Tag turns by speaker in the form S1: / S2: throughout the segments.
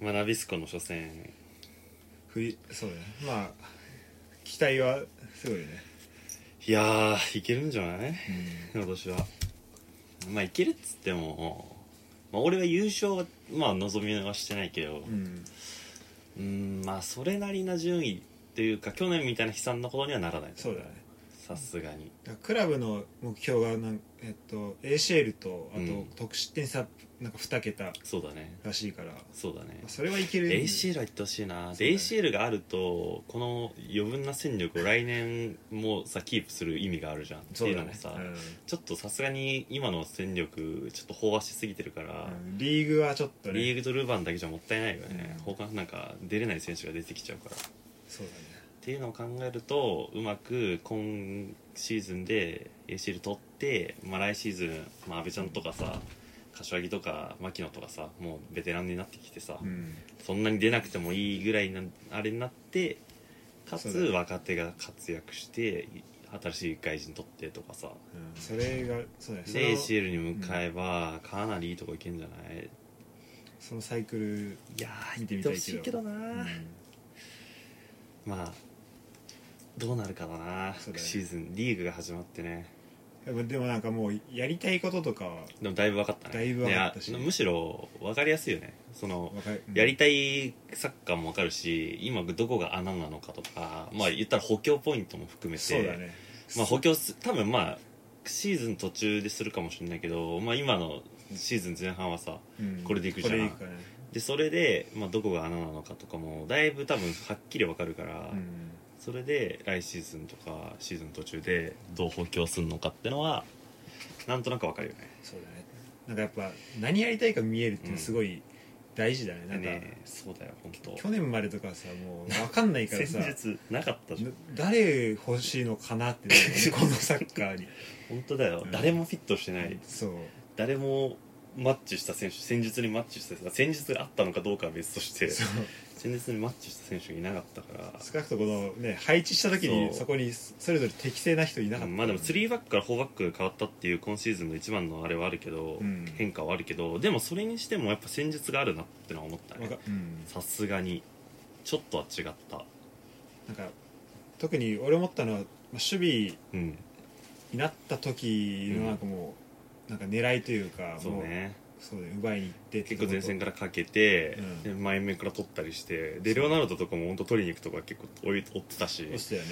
S1: まあ、ナビスコの初戦
S2: 冬そうだねまあ期待はすごいよね
S1: いやーいけるんじゃない今年はまあいけるっつっても、まあ、俺は優勝はまあ望みはしてないけど
S2: うん、うん、
S1: うーんまあそれなりな順位っていうか去年みたいな悲惨なことにはならない
S2: そうだね
S1: さすがに
S2: だからクラブの目標がなん、えっと、ACL とあ
S1: うん
S2: と得失点差なんか2桁
S1: そうだね
S2: らしいから、ま
S1: そうだね
S2: あそれはいける
S1: ACL は行ってほしいな、
S2: そ
S1: で
S2: うだね
S1: ACL があるとこの余分な戦力を来年もさキープする意味があるじゃんって
S2: そう
S1: いう
S2: だ
S1: の
S2: ね
S1: もさ、
S2: うん
S1: ちょっとさすがに今の戦力ちょっと飽和しすぎてるから、
S2: うんリーグはちょっとね
S1: リーグとルヴァンだけじゃもったいないよね、
S2: うん
S1: 他なんか出れない選手が出てきちゃうからっ
S2: そうだね
S1: ていうのを考えるとうまく今シーズンで ACL 取って、まあ、来シーズン、まあ、安倍ちゃんとかさ柏木とか牧野とかさもうベテランになってきてさ、
S2: うん
S1: そんなに出なくてもいいぐらいなあれになってか
S2: そう
S1: つ
S2: だね
S1: 若手が活躍して新しい外人取ってとかさ
S2: うんそれがそうだねそ
S1: で
S2: の
S1: ACL に向かえばかなりいいとこいけんじゃない、
S2: そのサイクル、
S1: いやー
S2: 見て
S1: 行っ
S2: みたいけど
S1: てほしいけどな
S2: うん
S1: まあどうなるかだな
S2: そうだね
S1: シーズンリーグが始まってね
S2: やっぱでもなんかもうやりたいこととかは
S1: でもだいぶ分かったね
S2: だいぶ分かったし
S1: いやむしろ分かりやすいよねその
S2: わかる、うん
S1: やりたいサッカーも分かるし今どこが穴なのかとかまあ言ったら補強ポイントも含めて
S2: そうだね
S1: まあ補強す多分まあシーズン途中でするかもしれないけど、まあ、今のシーズン前半はさ
S2: うん
S1: これでいくじゃん
S2: これいくかね
S1: でそれで、まあ、どこが穴なのかとかもだいぶ多分はっきり分かるから、
S2: うん
S1: それで来シーズンとかシーズン途中でどう補強するのかってのはなんとなく分かるよね
S2: そうだねなんかやっぱ何やりたいか見えるってすごい大事だね、なんか、
S1: ねそうだよ本当
S2: 去年までとかさもう分かんないから さ
S1: 戦術なかったじゃん
S2: 誰欲しいのかなってなるこのサッカ ーに
S1: 本当だよ、
S2: うん
S1: 誰もフィットしてない
S2: そう
S1: 誰もマッチした選手戦術にマッチした戦術があったのかどうかは別として
S2: そう
S1: 戦術にマッチした選手がいなかったから
S2: 少なくともこのね配置した時に
S1: そう
S2: そこにそれぞれ適正な人いなかった、
S1: まあでも3バックから4バックが変わったっていう今シーズンの一番のあれはあるけど、
S2: うん
S1: 変化はあるけどでもそれにしてもやっぱ戦術があるなってのは思った
S2: わ
S1: ね
S2: かうん
S1: さすがにちょっとは違った
S2: なんか特に俺思ったのはまあ守備
S1: うん
S2: になった時のなんかもう、なんか狙いというか
S1: そうね
S2: もうそうね奪いに行ってって
S1: 結構
S2: こと
S1: 前線からかけて、
S2: う
S1: で前目から取ったりして
S2: そ
S1: で
S2: う
S1: レオナルドとかも本当取りに行くとか結構追い追ってたし
S2: そうしたよね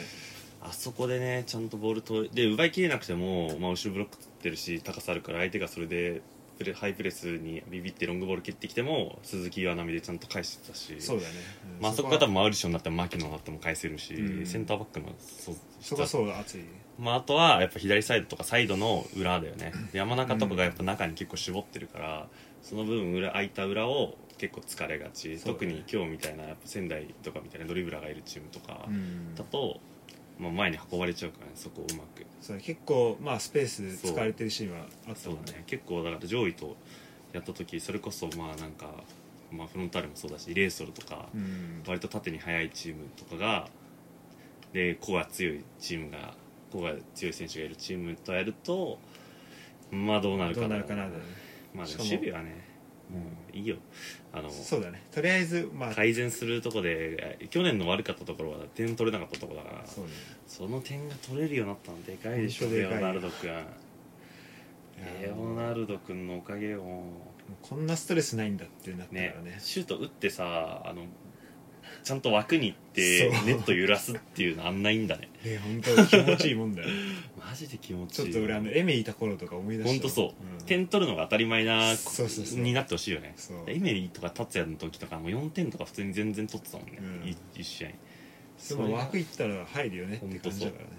S1: あそこでねちゃんとボールとで奪いきれなくても、まあ、後ろブロック取ってるし高さあるから相手がそれでプレハイプレスにビビってロングボール蹴ってきても鈴木岩波でちゃんと返してたし
S2: そうだね、うん
S1: まあ、あそこ
S2: は
S1: が多分マウリショになっても牧野になっても返せるし、
S2: うん
S1: センターバックのそ
S2: そこは
S1: そ
S2: そう熱い
S1: まあ、あとはやっぱ左サイドとかサイドの裏だよねで山中とかがやっぱ中に結構絞ってるから、その分裏空いた裏を結構疲れがち、
S2: そうだ
S1: 特
S2: ね
S1: に今日みたいなやっぱ仙台とかみたいなドリブラーがいるチームとか
S2: うん
S1: だと、まあ、前に運ばれちゃうからねそこをうまく
S2: そう結構まあスペース使われてるシーンはあった
S1: そう
S2: もん
S1: だね結構だから上位とやった時それこそまあなんか、まあ、フロンターレもそうだしレーソルとか
S2: う、ん
S1: 割と縦に速いチームとかがで個が強いチームが個が強い選手がいるチームとやるとまあどうなるか
S2: どうなるかなだね
S1: まあで
S2: し
S1: も
S2: かも
S1: 守備はねもういいよあの
S2: そうだねとりあえずまあ
S1: 改善するとこで去年の悪かったところは点取れなかったところだから
S2: そうね
S1: その点が取れるようになったのでかいでしょ
S2: 本当で
S1: レ
S2: かい
S1: オナルド君
S2: い
S1: レ
S2: やー
S1: オ
S2: も
S1: ナ
S2: う
S1: ルド君のおかげよ
S2: こんなストレスないんだってなったから
S1: ね
S2: ね
S1: シュート打ってさあのちゃんと枠に行って
S2: そう
S1: ネット揺らすっていうのあんないんだね
S2: ね本当気持ちいいもん だよ
S1: マジで気持
S2: ち
S1: ち
S2: ょ
S1: い
S2: っ
S1: い
S2: と俺あのエメいた頃とか思い出した
S1: ほんとそ
S2: うん
S1: 点取るのが当たり前な
S2: そうそうそう
S1: になってほしいよね
S2: そう
S1: エメリーとか達也の時とかも4点とか普通に全然取ってたもんね、
S2: うん
S1: い一試合に
S2: でも枠いったら入るよねって感じだからね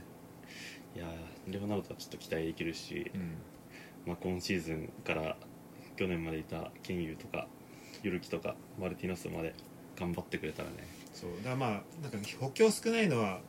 S1: いやーレオナルドはちょっと期待できるし、
S2: うん
S1: まあ、今シーズンから去年までいたケンユーとかヨルキとかマルティノスまで頑張ってくれたらね
S2: そうだからまあなんか補強少ないのは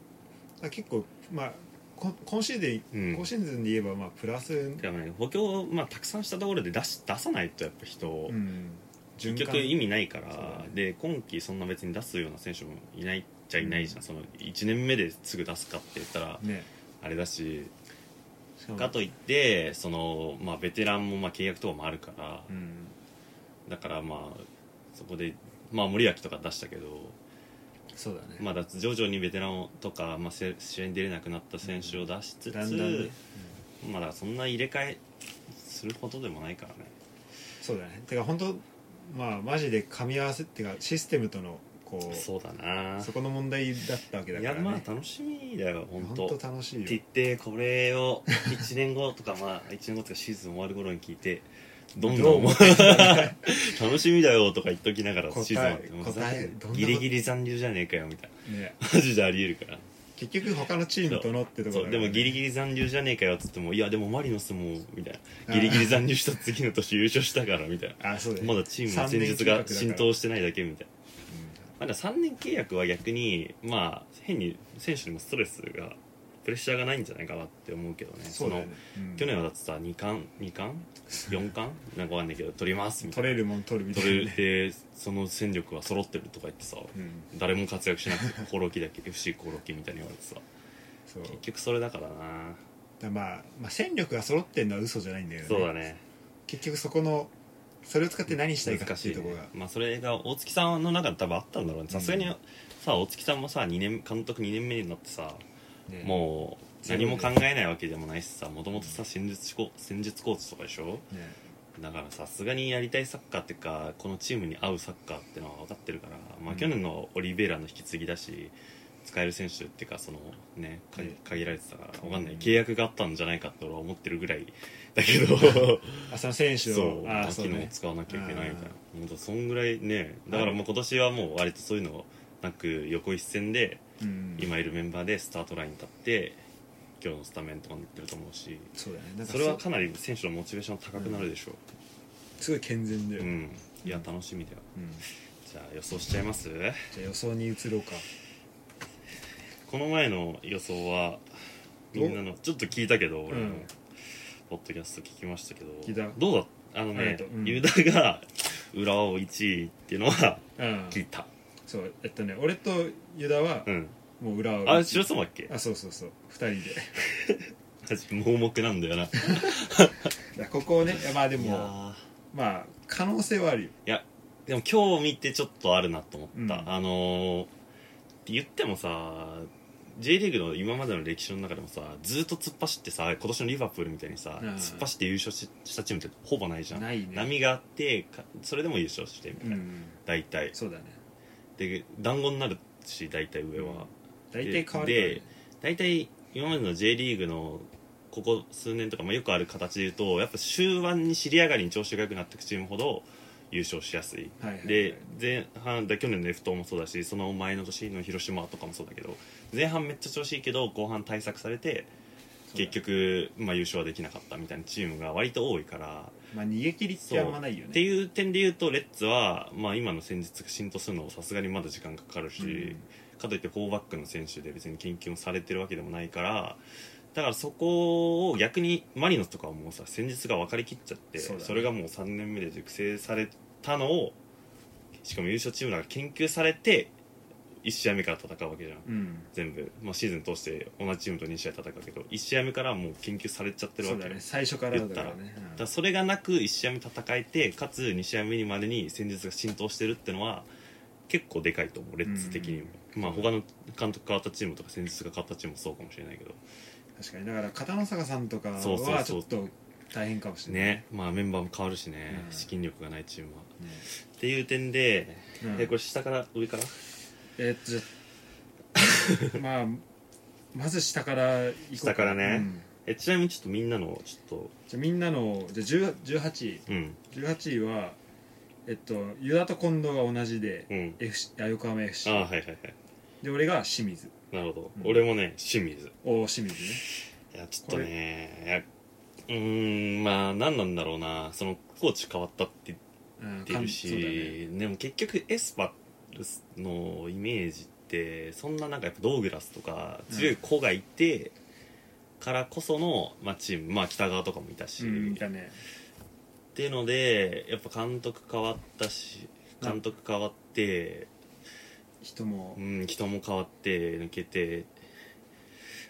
S2: まあ結構まあこ今シーズン、
S1: うん
S2: 今シーズンで言えばまあプラス
S1: だからね補強を、まあ、たくさんしたところで出し出さないとやっぱ人を、
S2: うん循
S1: 結局意味ないから、
S2: そうだね
S1: で今季そんな別に出すような選手もいないっちゃいないじゃん、その1年目ですぐ出すかって言ったら
S2: ね
S1: あれだし、
S2: しかも
S1: かといってその、まあ、ベテランもまあ契約とかもあるから、
S2: うん
S1: だからまあそこでまあ森脇とか出したけど、
S2: そうだね、
S1: まあ、だ徐々にベテランとか、まあ、せ試合に出れなくなった選手を出しつつ、
S2: だんだんね、うん
S1: まあだからそんな入れ替えするほどでもないからね
S2: そうだねてか本当まあマジで噛み合わせっていうかシステムとのこう
S1: そ
S2: そ
S1: うだな
S2: この問題だったわけだ
S1: い
S2: か
S1: や
S2: らね
S1: まあ楽しみだよ本当
S2: 本当楽し
S1: っ
S2: い
S1: て言
S2: よ
S1: ってこれ を1年後とかまあ1年後とかシーズン終わる頃に聞いてどんどん
S2: どう思っ
S1: 楽しみだよとか言っときながら
S2: 答え
S1: シーズン終わってもう
S2: 答え
S1: ざけんな
S2: どんなこと
S1: ギリギリ残留じゃねえかよみたい
S2: ね
S1: なマジでありえるから
S2: 結局他のチームとのってとこ
S1: そ
S2: ろ
S1: うでもギリギリ残留じゃねえかよっつってもいやでもマリノスもみたいなギリギリ残留した次の年優勝したからみたいな
S2: あそうだね
S1: まだチームの戦術が浸透してないだけみたいなまだ3年契約は逆にまあ変に選手にもストレスがプレッシャーがないんじゃないかなって思うけどね
S2: そうだよね、うん
S1: 去年はだってさ2冠2冠4冠 なんかわかんないけど取りますみたい
S2: 取
S1: な
S2: れるもん取るみたいな
S1: 取
S2: ね、
S1: れてその戦力は揃ってるとか言ってさ
S2: うん、
S1: 誰も活躍しなく てコロキだけ FC コロキみたいに言われてさ
S2: そう
S1: 結局それだからな
S2: だまあ、まあ戦力が揃ってんのは嘘じゃないんだよね
S1: そうだね
S2: 結局そこのそれを使って何したいか
S1: 難
S2: って
S1: し
S2: い
S1: いう
S2: とこ
S1: ね
S2: ろが、
S1: まあそれが大月さんの中で多分あったんだろうねさすがに
S2: うん
S1: さ大月さんもさ2年監督2年目になってさ
S2: ね
S1: もう何も考えないわけでもないしさもともとさ戦術コ戦術コーチとかでしょ
S2: ね
S1: だからさすがにやりたいサッカーっていうかこのチームに合うサッカーってのは分かってるから、まあ、
S2: うん
S1: 去年のオリベイラの引き継ぎだし使える選手っていうかそのねか
S2: うん
S1: 限られてたから分かんない
S2: うん
S1: 契約があったんじゃないかって俺は思ってるぐらいだけど そう
S2: あその選手をああそ
S1: 機
S2: う
S1: 能を
S2: ね
S1: 使わなきゃいけないみたいな
S2: あ
S1: ほんとそんぐらいねだからもう今年はもう割とそういうのなく横一線で
S2: うん
S1: 今いるメンバーでスタートラインに立って今日のスタメンとかになってると思うし
S2: そうだねなんか
S1: それはかなり選手のモチベーション高くなるでしょう
S2: すごい健全だよ、
S1: う
S2: うん
S1: ん、いや楽しみだよ
S2: じ
S1: じゃあ予想しちゃいます
S2: ゃあ予想に移ろうか
S1: この前の予想はみんなのちょっと聞いたけど俺
S2: う
S1: の
S2: ん
S1: ポッドキャスト聞きましたけど、
S2: 聞いた
S1: どうだあの
S2: あり
S1: ね
S2: がとううん
S1: ユダが浦和を1位っていうのは
S2: うん
S1: 聞いた
S2: そうえっとね俺とユダは
S1: うん
S2: もう裏を
S1: あ白そうだっけ
S2: あそうそうそう2人で
S1: マジ盲目なんだよない
S2: だここをねいやまあで
S1: や
S2: も
S1: ー
S2: まあ可能性はあるよ
S1: でも今日見てちょっとあるなと思った、
S2: うん
S1: あのー、って言ってもさ J リーグの今までの歴史の中でもさずっと突っ走ってさ今年のリバプールみたいにさ、
S2: うん
S1: 突っ走って優勝ししたチームってほぼないじゃん、
S2: ないね
S1: 波があってかそれでも優勝してみたいうな、
S2: ん
S1: 大体
S2: そうだね
S1: で団子になるし大体上は、
S2: うん大体変わる
S1: で大体今までの J リーグのここ数年とか、まあ、よくある形で言うとやっぱ終盤に尻上がりに調子が良くなっていくチームほど優勝しやすい
S2: からねはいはいはい
S1: で前半だ去年の F トもそうだしその前の年の広島とかもそうだけど前半めっちゃ調子いいけど後半対策されて
S2: そうだ
S1: 結局、まあ、優勝はできなかったみたいなチームが割と多いから、
S2: まあ逃げ切りってあんまないよね
S1: っていう点で言うとレッツは、まあ、今の戦術が浸透するのもさすがにまだ時間かかるし、かといってフォーバックの選手で別に研究もされてるわけでもないからだからそこを逆にマリノスとかはもうさ戦術が分かりきっちゃって
S2: そ
S1: そ,、
S2: うだね
S1: れがもう3年目で熟成されたのをしかも優勝チームだから研究されて1試合目から戦うわけじゃん
S2: うん、うん
S1: 全部、まあ、シーズン通して同じチームと2試合戦うけど1試合目からもう研究されちゃってるわ
S2: そう
S1: け
S2: だ
S1: よ
S2: ね最初からだからね
S1: だからそれがなく1試合目戦えてかつ2試合目にまでに戦術が浸透してるってのは結構でかいと思うレッツ的にも、まあ他の監督変わったチームとか戦術が変わったチームもそうかもしれないけど
S2: うん確かにだから片野坂さんとか
S1: そうそうそう
S2: はちょっと大変かもしれない
S1: ねまあメンバーも変わるしね、
S2: うん
S1: 資金力がないチームは
S2: ね
S1: っていう点で、
S2: うん
S1: えこれ下から上から
S2: えーっとじゃ あまあまず下から行こう
S1: 下からね
S2: うん
S1: えちなみにちょっとみんなのちょっ
S2: じゃあみんなのじゃあ10 18位
S1: とうん
S2: 18位はえっと湯田と近藤が同じで、
S1: うん
S2: FC あ横浜 FC
S1: ああはいはいはい
S2: で俺が清水
S1: なるほど、
S2: うん
S1: 俺もね清水
S2: お清水ね
S1: いやちょっとねいやうーんまあ何なんだろうなそのコーチ変わったって
S2: うん
S1: ってるし、でも結局エスパルスのイメージってそんななんかやっぱドーグラスとか強い子がいてからこその、まあ、チーム、まあ、北川とかもいたし、
S2: そうだねうん
S1: っ
S2: だね
S1: ていうのでやっぱ監督変わったし監督変わって、
S2: 人も
S1: うん、人も変わって抜けて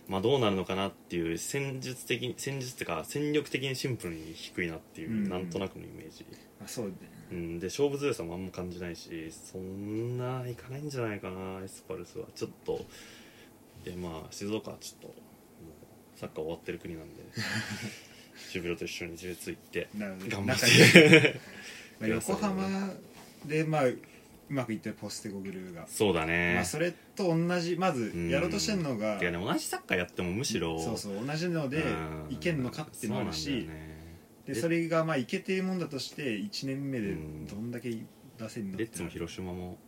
S1: まあ、どうなるのかなっていう戦術的に戦術っていうか戦力的にシンプルに低いなっていう、
S2: うん
S1: なんとなくのイメージ、
S2: あそうだね
S1: うん、で勝負強さもあんま感じないしそんないかないんじゃないかなエスパルスはちょっとでまあ静岡はちょっともうサッカー終わってる国 なんでジュビロと一緒に J2 行って
S2: なので
S1: 頑張って
S2: まあ横浜でまあうまくいってるポステゴグルーが、
S1: そうだね、
S2: まあ、それと同じまず
S1: ん
S2: やろうとしてるのが、
S1: てかね同じサッカーやってもむしろ
S2: そうそう同じの
S1: う
S2: で
S1: ん
S2: いけんのかってなる
S1: そうなん
S2: し
S1: だよね
S2: で
S1: レ
S2: それがまあいけてるもんだとして1年目
S1: う
S2: で
S1: ん
S2: どんだけ出せるの
S1: レッツも広島も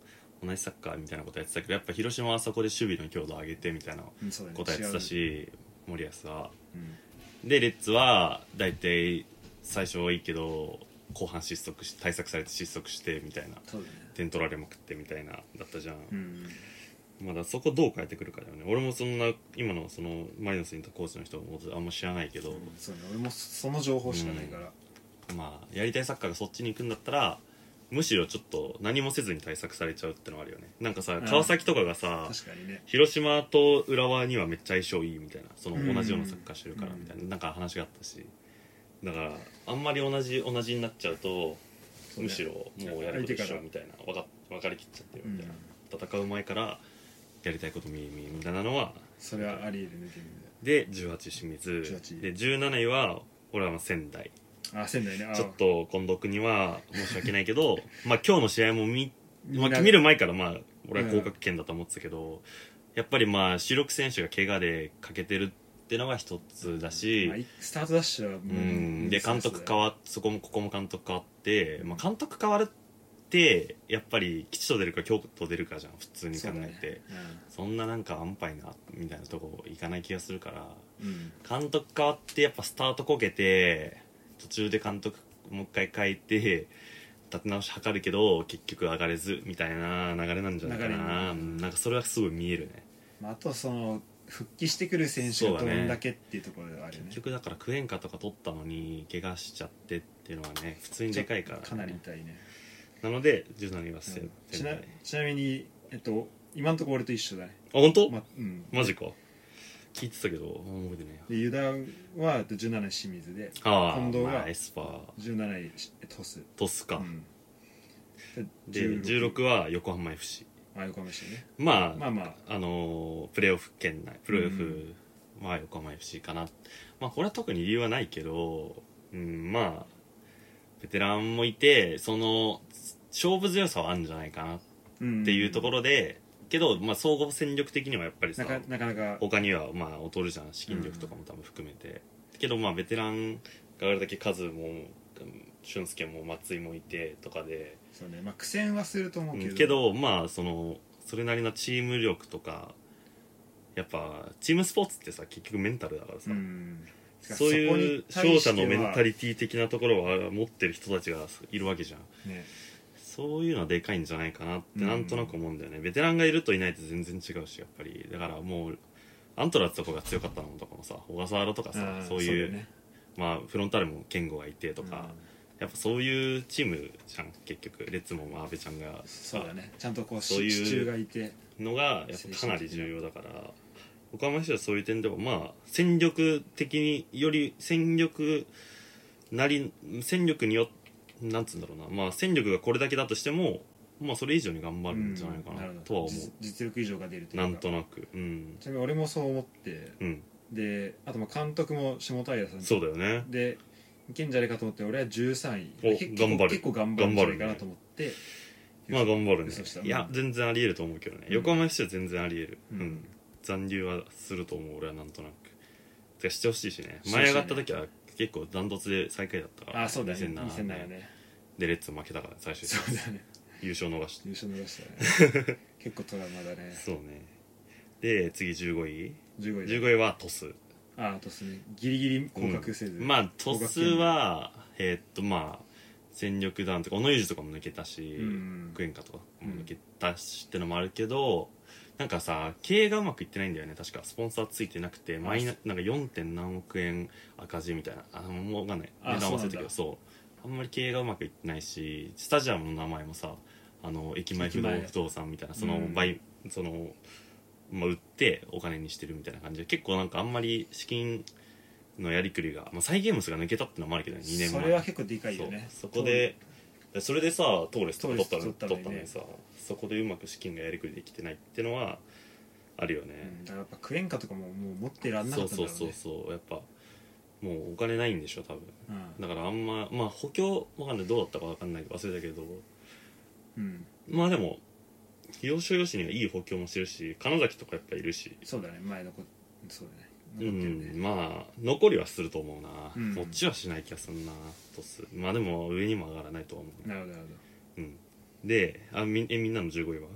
S1: 同じサッカーみたいなことやってたけどやっぱ広島はそこで守備の強度を上げてみたいな
S2: うんそうだね
S1: ことやってたし森保は
S2: 違ううん
S1: でレッツは大体最初はいいけど後半失速し対策されて失速してみたいな
S2: そうだね
S1: 点取られまくってみたいなだったじゃん、
S2: うん
S1: まだそこどう変えてくるかだよね俺もそんな今のそのマリノスにいたコーチの人もあんま知らないけど、
S2: そうね俺もその情報しかないから
S1: まあやりたいサッカーがそっちに行くんだったらむしろちょっと何もせずに対策されちゃうってのはあるよねなんかさ
S2: うん
S1: 川崎とかがさ、
S2: 確かにね
S1: 広島と浦和にはめっちゃ相性いいみたいなその
S2: うん
S1: 同じようなサッカーしてるからみたいな、なんか話があったしだからあんまり同じ同じになっちゃうとむしろもうやること一緒みたいな分か分かりきっちゃってるみたいな、戦う前からやりたいこと見え見えみたいなのは
S2: それはありえるね全然
S1: で18清水
S2: 18
S1: で17位は俺はまあ仙台
S2: あ仙台ねあ
S1: ちょっと近藤君には申し訳ないけど まあ今日の試合も見,、ま
S2: みんな
S1: あ、見る前からまあ俺は降格圏だと思ってたけど、やっぱりまあ主力選手が怪我で欠けてるってのは一つだし、
S2: まあいスタートダッシュはも
S1: う
S2: うん
S1: で監督変わっそこもここも監督変わって、まあ、監督変わるってやっぱり吉と出るか京と出るかじゃん普通に考
S2: そうだ
S1: えてそ,、
S2: ね
S1: んななんか安牌なみたいなとこいかない気がするから
S2: うんうん
S1: 監督変わってやっぱスタートこけて途中で監督もう一回変えて立て直し図るけど結局上がれずみたいな流れなんじゃないかな、
S2: 流れに
S1: うんなんかそれはすごい見えるね
S2: まああとその復帰してくる選手が
S1: そう
S2: ど
S1: だね
S2: んだけっていうところがあるよね
S1: 結局だからクエンカとか取ったのに怪我しちゃってっていうのはね普通にでかいから、
S2: かなり痛いね
S1: なので17位はセ
S2: うん
S1: セ
S2: ち
S1: ブン
S2: な
S1: あ
S2: ちなみにえっと今のところ俺と一緒だね
S1: 本当、
S2: まうん
S1: マジか聞いてたけど覚えてねえ
S2: で湯田はえっと17位清水で
S1: ああ
S2: 近藤が
S1: まあエスパー
S2: 17位しトス
S1: トスか、
S2: うん
S1: で16は横浜 FC
S2: あ横浜市ね
S1: まあ
S2: まあまあ
S1: あのープレーオフ圏内プレーオフは横浜 FC かな、まあこれは特に理由はないけど、うん、まあベテランもいてその勝負強さはあるんじゃないかなっ
S2: って
S1: いうところで、けど、まあ、総合戦力的にはやっぱりさ
S2: なかなかなか
S1: 他にはまあ劣るじゃん資金力とかも多分含めて、けどまあベテランがあれだけ数もうん俊介も松井もいてとかで
S2: そうねまあ苦戦はすると思うけ
S1: う
S2: ど
S1: んけどまあそのそれなりのチーム力とかやっぱチームスポーツってさ結局メンタルだからさ、
S2: うん
S1: そういう
S2: そこ
S1: 勝
S2: に対して
S1: 者
S2: は
S1: のメンタリティ的なところは持ってる人たちがいるわけじゃん
S2: ね
S1: そういうのはでかいんじゃないかなって
S2: うん
S1: なんとなく思うんだよね、ベテランがいるといないと全然違うしやっぱりだからもうアントラーズとかが強かったのとかもさ小笠原とかさ
S2: ん
S1: そういう
S2: だよね
S1: まあフロンターレも健吾がいてとか、やっぱそういうチームじゃん結局レッツもまあ阿部ちゃんが
S2: うんそうだねちゃんとこう
S1: そうい
S2: 支
S1: う
S2: 柱がいて
S1: のがやっぱかなり重要だから岡山市はそういう点でもまあ戦力的により戦力なり戦力によなんつうんだろうなまあ戦力がこれだけだとしてもまあそれ以上に頑張るんじゃないかな
S2: るほど
S1: とは思
S2: 実実力以上が出ると
S1: う
S2: いうか
S1: なんとなくうん
S2: ちなみに俺もそう思って
S1: うん
S2: であとまあ監督も下平さん
S1: そうだよね
S2: でいけんじゃないかと思って俺は13位
S1: お
S2: け結構
S1: 頑張る
S2: 結構頑張るんじゃないかなと思って
S1: まあ頑張るね
S2: そうした
S1: いや全然ありえると思うけどね
S2: うん
S1: 横浜市は全然ありえる
S2: う
S1: うんん残留はすると思う俺はなんとなくてかしてほしいしね
S2: してほし
S1: 前上
S2: いね
S1: がった時は結構ダントツで最下位だったから
S2: あそうだね
S1: 2007
S2: 2007
S1: 年
S2: ね
S1: でレッツ負けたから最終
S2: そ
S1: 戦
S2: うだね
S1: 優勝逃 して
S2: 優勝逃した ね結構トラウマだね
S1: そうねで次15位
S2: 15位だ
S1: 15位はトス
S2: ああとすねギリギリ降格せず、
S1: まあトスはえーっとまあ戦力団とか小野裕二とかも抜けたし、
S2: うん
S1: クエンカとかも抜けたしってのもあるけど、なんかさ経営がうまくいってないんだよね確かスポンサーついてなくてマイナなんか 4. 点何億円赤字みたいなあもう分かんない
S2: あ
S1: 値段忘れたけ
S2: そうなん
S1: ど
S2: だ
S1: そうあんまり経営がうまくいってないしスタジアムの名前もさあの駅前不動
S2: 駅前
S1: 不動産みたいなそ
S2: うん
S1: の倍、そのまあ、売ってお金にしてるみたいな感じで結構なんかあんまり資金のやりくりが、まあ、サイ・ゲームスが抜けたってのもあるけどね2年前
S2: それは結構でかいよね
S1: そうそこでそれでさトーレスとか取ったの
S2: トーレス
S1: 取っ
S2: 取った
S1: の
S2: たの
S1: に
S2: にね
S1: さそこでうまく資金がやりくりできてないってのはあるよ
S2: そう
S1: ね
S2: う、んだからやっぱクエンカとかももう持ってらんなか
S1: そ
S2: っ
S1: う
S2: たんだ
S1: そうそうそ
S2: ろうね
S1: うやっぱもうお金ないんでしょ多分
S2: うん
S1: だからあんままあ補強わかんないどうだったかわかんないけど忘れたけど
S2: うん
S1: まあでも要所要所にはいい補強もしてるし金崎とかやっぱいるし
S2: そうだね前のこそうだね
S1: う
S2: 残ってるね
S1: ん、まあ残りはすると思うな、
S2: うん
S1: こっちはしない気がするなトスまあでも上にも上がらないとは思う、
S2: なるほどなるほど
S1: うん、であみえみんなの15位は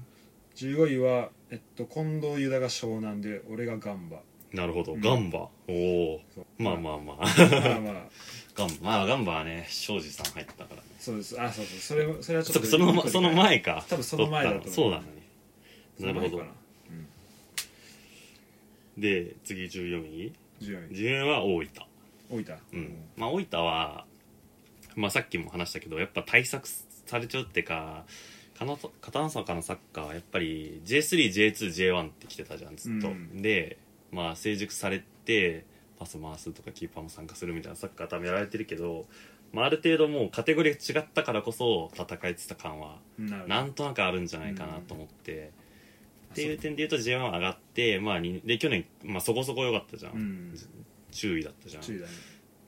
S2: 15位は、えっと、近藤ユダが湘南で俺がガンバ
S1: なるほど、
S2: うん
S1: ガンバおお
S2: そう
S1: まあまあまあ
S2: まあまあ
S1: ガンまあガンバはね庄司さん入ったからね
S2: そうですあそうそうそれそれはちょ
S1: そ
S2: っ
S1: っか
S2: と
S1: そのまその前か
S2: 多分その前だと思う
S1: 取ったのそうだね
S2: その
S1: なる
S2: 前
S1: ほ
S2: か
S1: どで次14位
S2: 14位
S1: 14位は大分
S2: 置いた
S1: うんまあ大分は、まあ、さっきも話したけどやっぱ対策されちゃうってかかな片坂のサッカーはやっぱり J3J2J1 って来てたじゃんずっと、
S2: うん
S1: で、まあ、成熟されてパス回すとかキーパーも参加するみたいなサッカー多分やられてるけど、まあ、ある程度もうカテゴリーが違ったからこそ戦えてた感は
S2: なるほど
S1: なんとなくあるんじゃないかなと思って。
S2: あ
S1: っていう点で言うと J1 上がって、まあ、にで去年、まあ、そこそこ良かったじゃん、
S2: そううん
S1: 注意だったじゃん
S2: 注意だね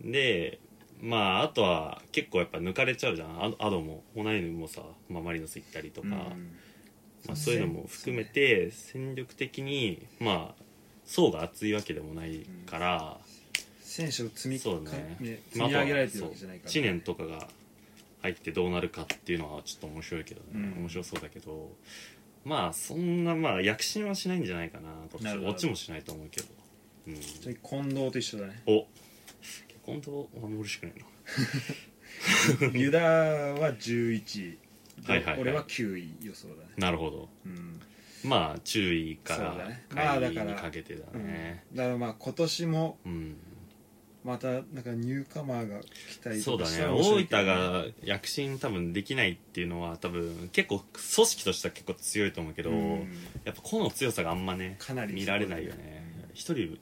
S1: でまああとは結構やっぱ抜かれちゃうじゃんアアドもオナイヌもさ、まあ、マリノス行ったりとか、
S2: うん
S1: まあ、そういうのも含めて戦力的にまあ層が厚いわけでもないから、
S2: 選手を積み
S1: そうね
S2: かね積
S1: まあ
S2: み上げられてるわけじゃないから
S1: 知念とかが入ってどうなるかっていうのはちょっと面白いけどね、
S2: うん
S1: 面白そうだけどまあそんなまあ躍進はしないんじゃないかなこっち
S2: なるほど
S1: 落ちもしないと思うけど、うん、
S2: じゃあ近藤と一緒 だね
S1: お本当あんま嬉しくないな
S2: ユダは11位で
S1: はいはいはい
S2: 俺は9位予想だね
S1: なるほど
S2: うん
S1: まあ注意か
S2: そうだねま
S1: ら
S2: あ
S1: 会
S2: だ
S1: 議
S2: から
S1: にかけてだね
S2: だからまあ今年も
S1: うん、
S2: またなんかニューカマーが来たり
S1: そ
S2: と
S1: うだ
S2: か
S1: ね
S2: したら面白
S1: 大
S2: いけど
S1: 分が躍進多分できないっていうのは多分結構組織としては結構強いと思うけど、
S2: うん
S1: やっぱ個の強さがあんまね
S2: かなり
S1: 見られないよね一人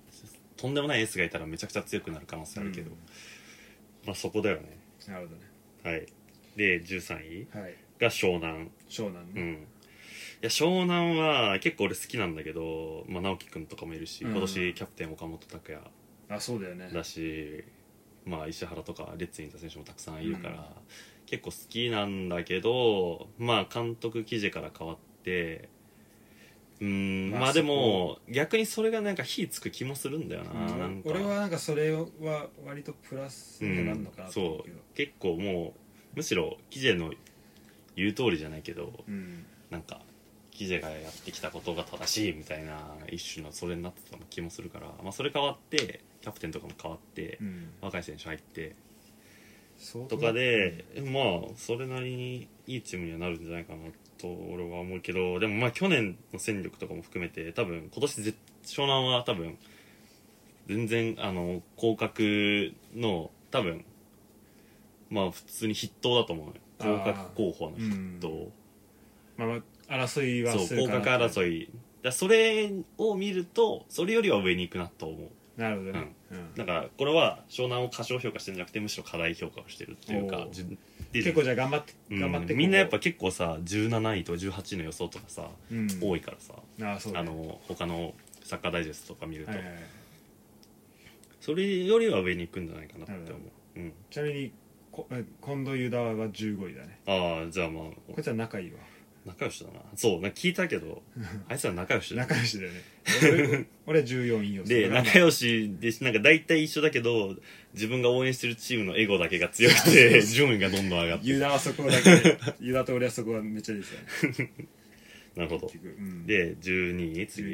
S1: とんでもないエースがいたらめちゃくちゃ強くなる可能性あるけど、まあそこだよね
S2: うんなるほどね
S1: はいで13位
S2: はい
S1: が湘南
S2: 湘南
S1: う
S2: ね、
S1: んいや湘南は結構俺好きなんだけど、まあ、直樹君とかもいるし
S2: うん
S1: 今年キャプテン岡本拓也
S2: あそうだよね
S1: だし、まあ、石原とかレッツにいた選手もたくさんいるから、結構好きなんだけど、まあ、監督記事から変わってうーん
S2: ま
S1: ま
S2: あ
S1: あでも逆にそれがなんか火つく気もするんだよな,、
S2: うん
S1: なんか
S2: 俺はなんかそれは割とプラスになるのかなと思うけど、
S1: 結構もうむしろ記事の言う通りじゃないけど
S2: うん
S1: なんかキジェがやってきたことが正しいみたいな一種のそれになってた気もするから、まあ、それ変わってキャプテンとかも変わって
S2: うん
S1: 若い選手入って
S2: そう
S1: とかで、まあそれなりにいいチームにはなるんじゃないかなと俺は思うけどでもまあ去年の戦力とかも含めて多分今年絶湘南は多分全然あの降格の多分まあ普通に筆頭だと思うのよ降
S2: あ
S1: 格
S2: ー
S1: 候補の筆頭。
S2: うんまあまあ争いは
S1: そう
S2: する
S1: 降格争
S2: い
S1: いだそれを見るとそれよりは上に行くなと思う
S2: なるほどね、うん
S1: だからこれは湘南を過小評価してるんじゃなくてむしろ過大評価をしてるっていうか
S2: おー
S1: じで
S2: 結構じゃあ頑張って、
S1: うん
S2: 頑張って
S1: みんなやっぱ結構さ17位と18位の予想とかさ、多
S2: い、
S1: いからさ、
S2: うん、ああそうだ
S1: あ
S2: ね
S1: の他のサッカーダイジェストとか見ると、
S2: はいはいはい
S1: それよりは上に行くんじゃないかなって思う、うん、
S2: ちなみにこえ近藤ユダは15位だね
S1: ああじゃあまあ
S2: こいつは仲いいわ
S1: 仲良しだなそうなんか聞いたけ どあいつら仲良しだな
S2: 仲良しだよ ね俺俺は14位よ
S1: で仲良しでなんか大体一緒だけど自分が応援してるチームのエゴだけが強 くて順位がどんどん上がって
S2: ユダはそこだけユダと俺はそこはめっちゃいいですよね
S1: なるほど
S2: 結局、うん、
S1: で12位
S2: 12
S1: 次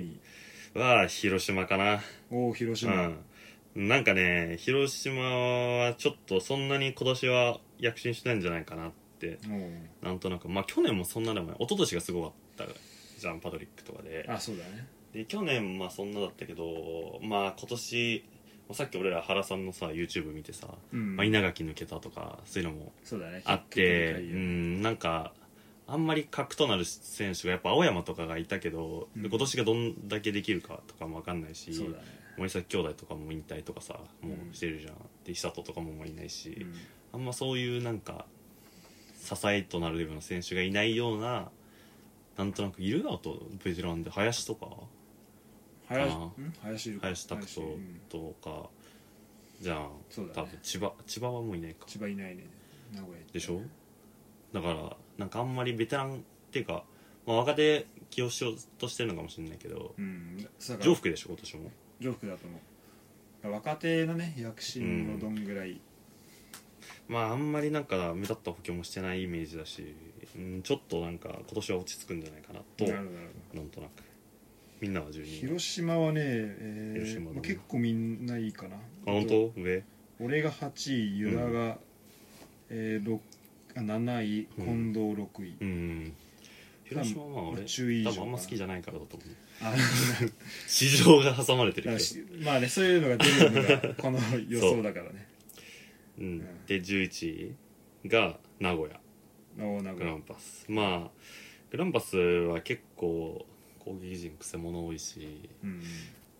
S2: 位
S1: は広島かな
S2: おお広島、
S1: うんなんかね広島はちょっとそんなに今年は躍進しないんじゃないかなって
S2: おう
S1: なんとなくまあ去年もそんなでもない一昨年がすごかったじゃんパトリックとかで
S2: あそうだね
S1: で去年まあそんなだったけどまあ今年さっき俺ら原さんのさ YouTube 見てさ
S2: うん
S1: まあ、稲垣抜けたとかそういうのも
S2: そうだね
S1: あっ
S2: 結
S1: て
S2: 構
S1: う
S2: でかいよ
S1: んなんかあんまり格となる選手がやっぱ青山とかがいたけど、
S2: うん
S1: 今年がどんだけできるかとかも分かんないし
S2: そうだね
S1: 森崎兄弟とかも引退とかさも
S2: うん
S1: うしてるじゃん、で久人とかももういないし、
S2: うん
S1: あんまそういうなんか支えとなるような選手がいないようななんとなくいるなとベテランで林とか
S2: 林
S1: かなん
S2: 林いるか
S1: 林拓
S2: 林
S1: 人
S2: うん
S1: とかじゃん、
S2: そうだ
S1: 多
S2: ね
S1: 分千葉千葉はもういないか
S2: 千葉いないね名古屋行った
S1: でしょだからなんかあんまりベテランっていうか、まあ、若手起用しようとしてるのかもしれないけど
S2: うんそうだから
S1: 上福でしょ今年も
S2: 上福だと思う若手のね躍進をどんぐらい、
S1: まああんまりなんか目立った補強もしてないイメージだし、うん、ちょっとなんか今年は落ち着くんじゃないかなと
S2: なるほどなるほど
S1: なんとなくみんなは12人
S2: 広島はね、えー
S1: 広島だね
S2: まあ結構みんないいかなあ
S1: あ本当上
S2: 俺が8位ユダが、
S1: う
S2: えー、ろくあ7位
S1: うん
S2: 近藤6位、
S1: うん広島はまあ俺多
S2: 中位以上
S1: 分あんま好きじゃないからだと思う
S2: あなんか
S1: 市場が挟まれて
S2: だか
S1: るけど、
S2: らしまあねそういうのが出るのがこの予想だからね
S1: うん、で11位が名古屋
S2: お名
S1: グ
S2: 古
S1: ラ
S2: 屋
S1: ンパスまあグランパスは結構攻撃陣くせ者多いし
S2: うん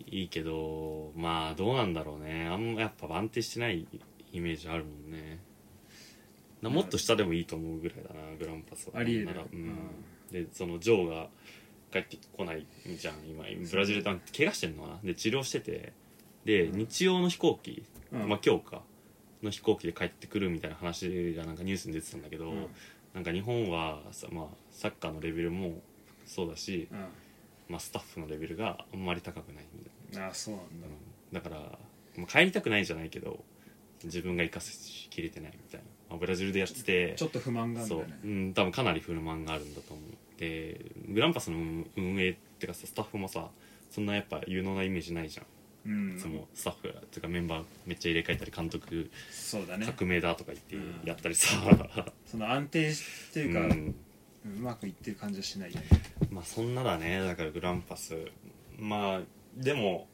S1: いいけどまあどうなんだろうねあんまやっぱ安定してないイメージあるもんねなもっと下でもいいと思うぐらいだなグランパスは
S2: ありえる
S1: ならう
S2: うん
S1: んでそのジョーが帰ってこないじゃん今ブラジルであ怪我してんのかなで治療しててで
S2: うん
S1: 日曜の飛行機、
S2: うん
S1: まあ今日かの飛行機で帰ってくるみたいな話がなんかニュースに出てたんだけど、
S2: うん
S1: なんか日本はさ、まあ、サッカーのレベルもそうだし、
S2: う
S1: まあ、スタッフのレベルがあんまり高くないみたい
S2: んああそうなん
S1: な、だ
S2: だ
S1: から、まあ、帰りたくないじゃないけど自分が生かしきれてないみたいな、まあ、ブラジルでやってて
S2: ちょっと不満があるん
S1: そ
S2: だ
S1: う
S2: よね、
S1: うん、多分かなり不満があるんだと思うでグランパスの運営ってかさスタッフもさそんなやっぱ有能なイメージないじゃん、
S2: うん
S1: いつもスタッフっていうかメンバーめっちゃ入れ替えたり監督
S2: そうだね
S1: 革命だとか言
S2: う
S1: っ
S2: ん
S1: てやったり さ、
S2: その安定っていうか、う
S1: うん
S2: まくいってる感じはしないよね
S1: まあそんなだねだからグランパスまあでも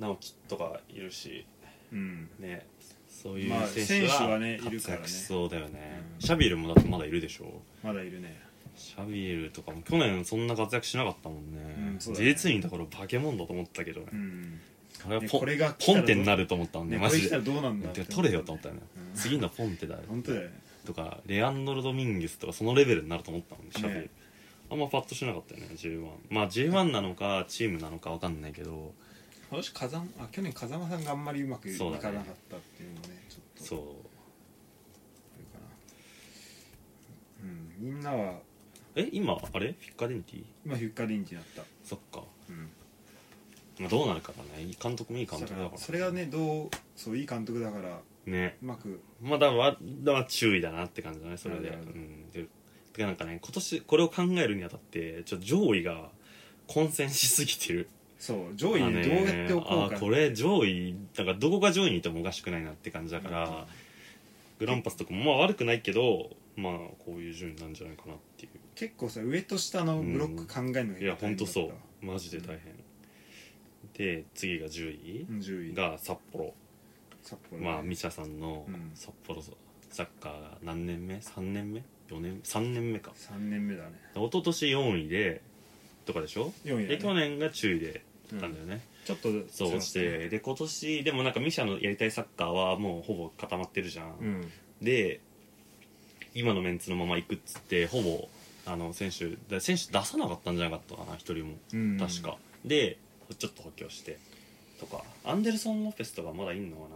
S1: 直樹とかいるし
S2: うん
S1: ねそうい
S2: まあ
S1: う選手
S2: 選手は
S1: は
S2: ねいるからね
S1: 活躍しそうだよね、
S2: うん
S1: シャビエルもだってまだいるでしょ
S2: まだいるね
S1: シャビエルとかも去年そんな活躍しなかったもんね,、
S2: うんそうだね
S1: J2 にだから化け物だと思ったけどね、
S2: うん
S1: あれは
S2: ね
S1: ポ
S2: これが来た
S1: ポ
S2: ら
S1: ンテになると思ったもんね
S2: ね
S1: マ
S2: これ
S1: ジ
S2: 来た
S1: で
S2: らどうなんだ
S1: てか取れよと思ったよね、
S2: うん
S1: 次のポンテだよ
S2: 本当だよね
S1: とかレアンドロ・ドミンゲスとかそのレベルになると思ったもんねシャビエル、
S2: ね
S1: あんまパッとしなかったよね J1 まあ J1 なのかチームなのかわかんないけど
S2: 今年風間あ去年風間さんがあんまりうまくいか
S1: そう
S2: な
S1: だね
S2: かったっていうのもねちょっと
S1: そう
S2: あれかなうんみんなは
S1: え今あれフィッカデンティ
S2: 今フィッカディンチになった、
S1: そっか、
S2: うん、
S1: まあ、どうなるかだね監督もいい監督だから
S2: だからそれがねどうそういい監督だから
S1: ね
S2: うまく
S1: まあだからだから注意だなって感じだねそれで,、
S2: な
S1: う
S2: るほど
S1: ん、でてかなんかね今年これを考えるにあたってちょっと上位が混戦しすぎてる
S2: そう上位
S1: あ
S2: で
S1: ね
S2: どうやっておこう
S1: あ
S2: か
S1: これ上位だからどこが上位にいてもおかしくないなって感じだから、
S2: うん
S1: グランパスとかもまあ悪くないけどまあこういう順位なんじゃないかなっていう
S2: 結構さ上と下のブロック考えるのが
S1: いやほんと
S2: 大変
S1: そ
S2: だったわ
S1: うマジで大変、で次が10位
S2: うん10位
S1: が札幌、
S2: 札幌ね
S1: まあミシャさんの
S2: うん
S1: 札幌サッカーが何年目3年目4年3年目か
S2: 3年目だね
S1: 一昨年4位でとかでしょ
S2: 4位
S1: で
S2: だ
S1: 去
S2: ね
S1: 年が注意で
S2: う
S1: なんだ
S2: ん
S1: よね、
S2: ちょっと
S1: そう落ちてで今年でもなんかミシャのやりたいサッカーはもうほぼ固まってるじゃん、
S2: うん
S1: で今のメンツのまま行くっつってほぼあの選手だ選手出さなかったんじゃなかったかな一人も
S2: うん
S1: 確か、でちょっと補強してとかアンデルソン・ロペスとかまだいんのかな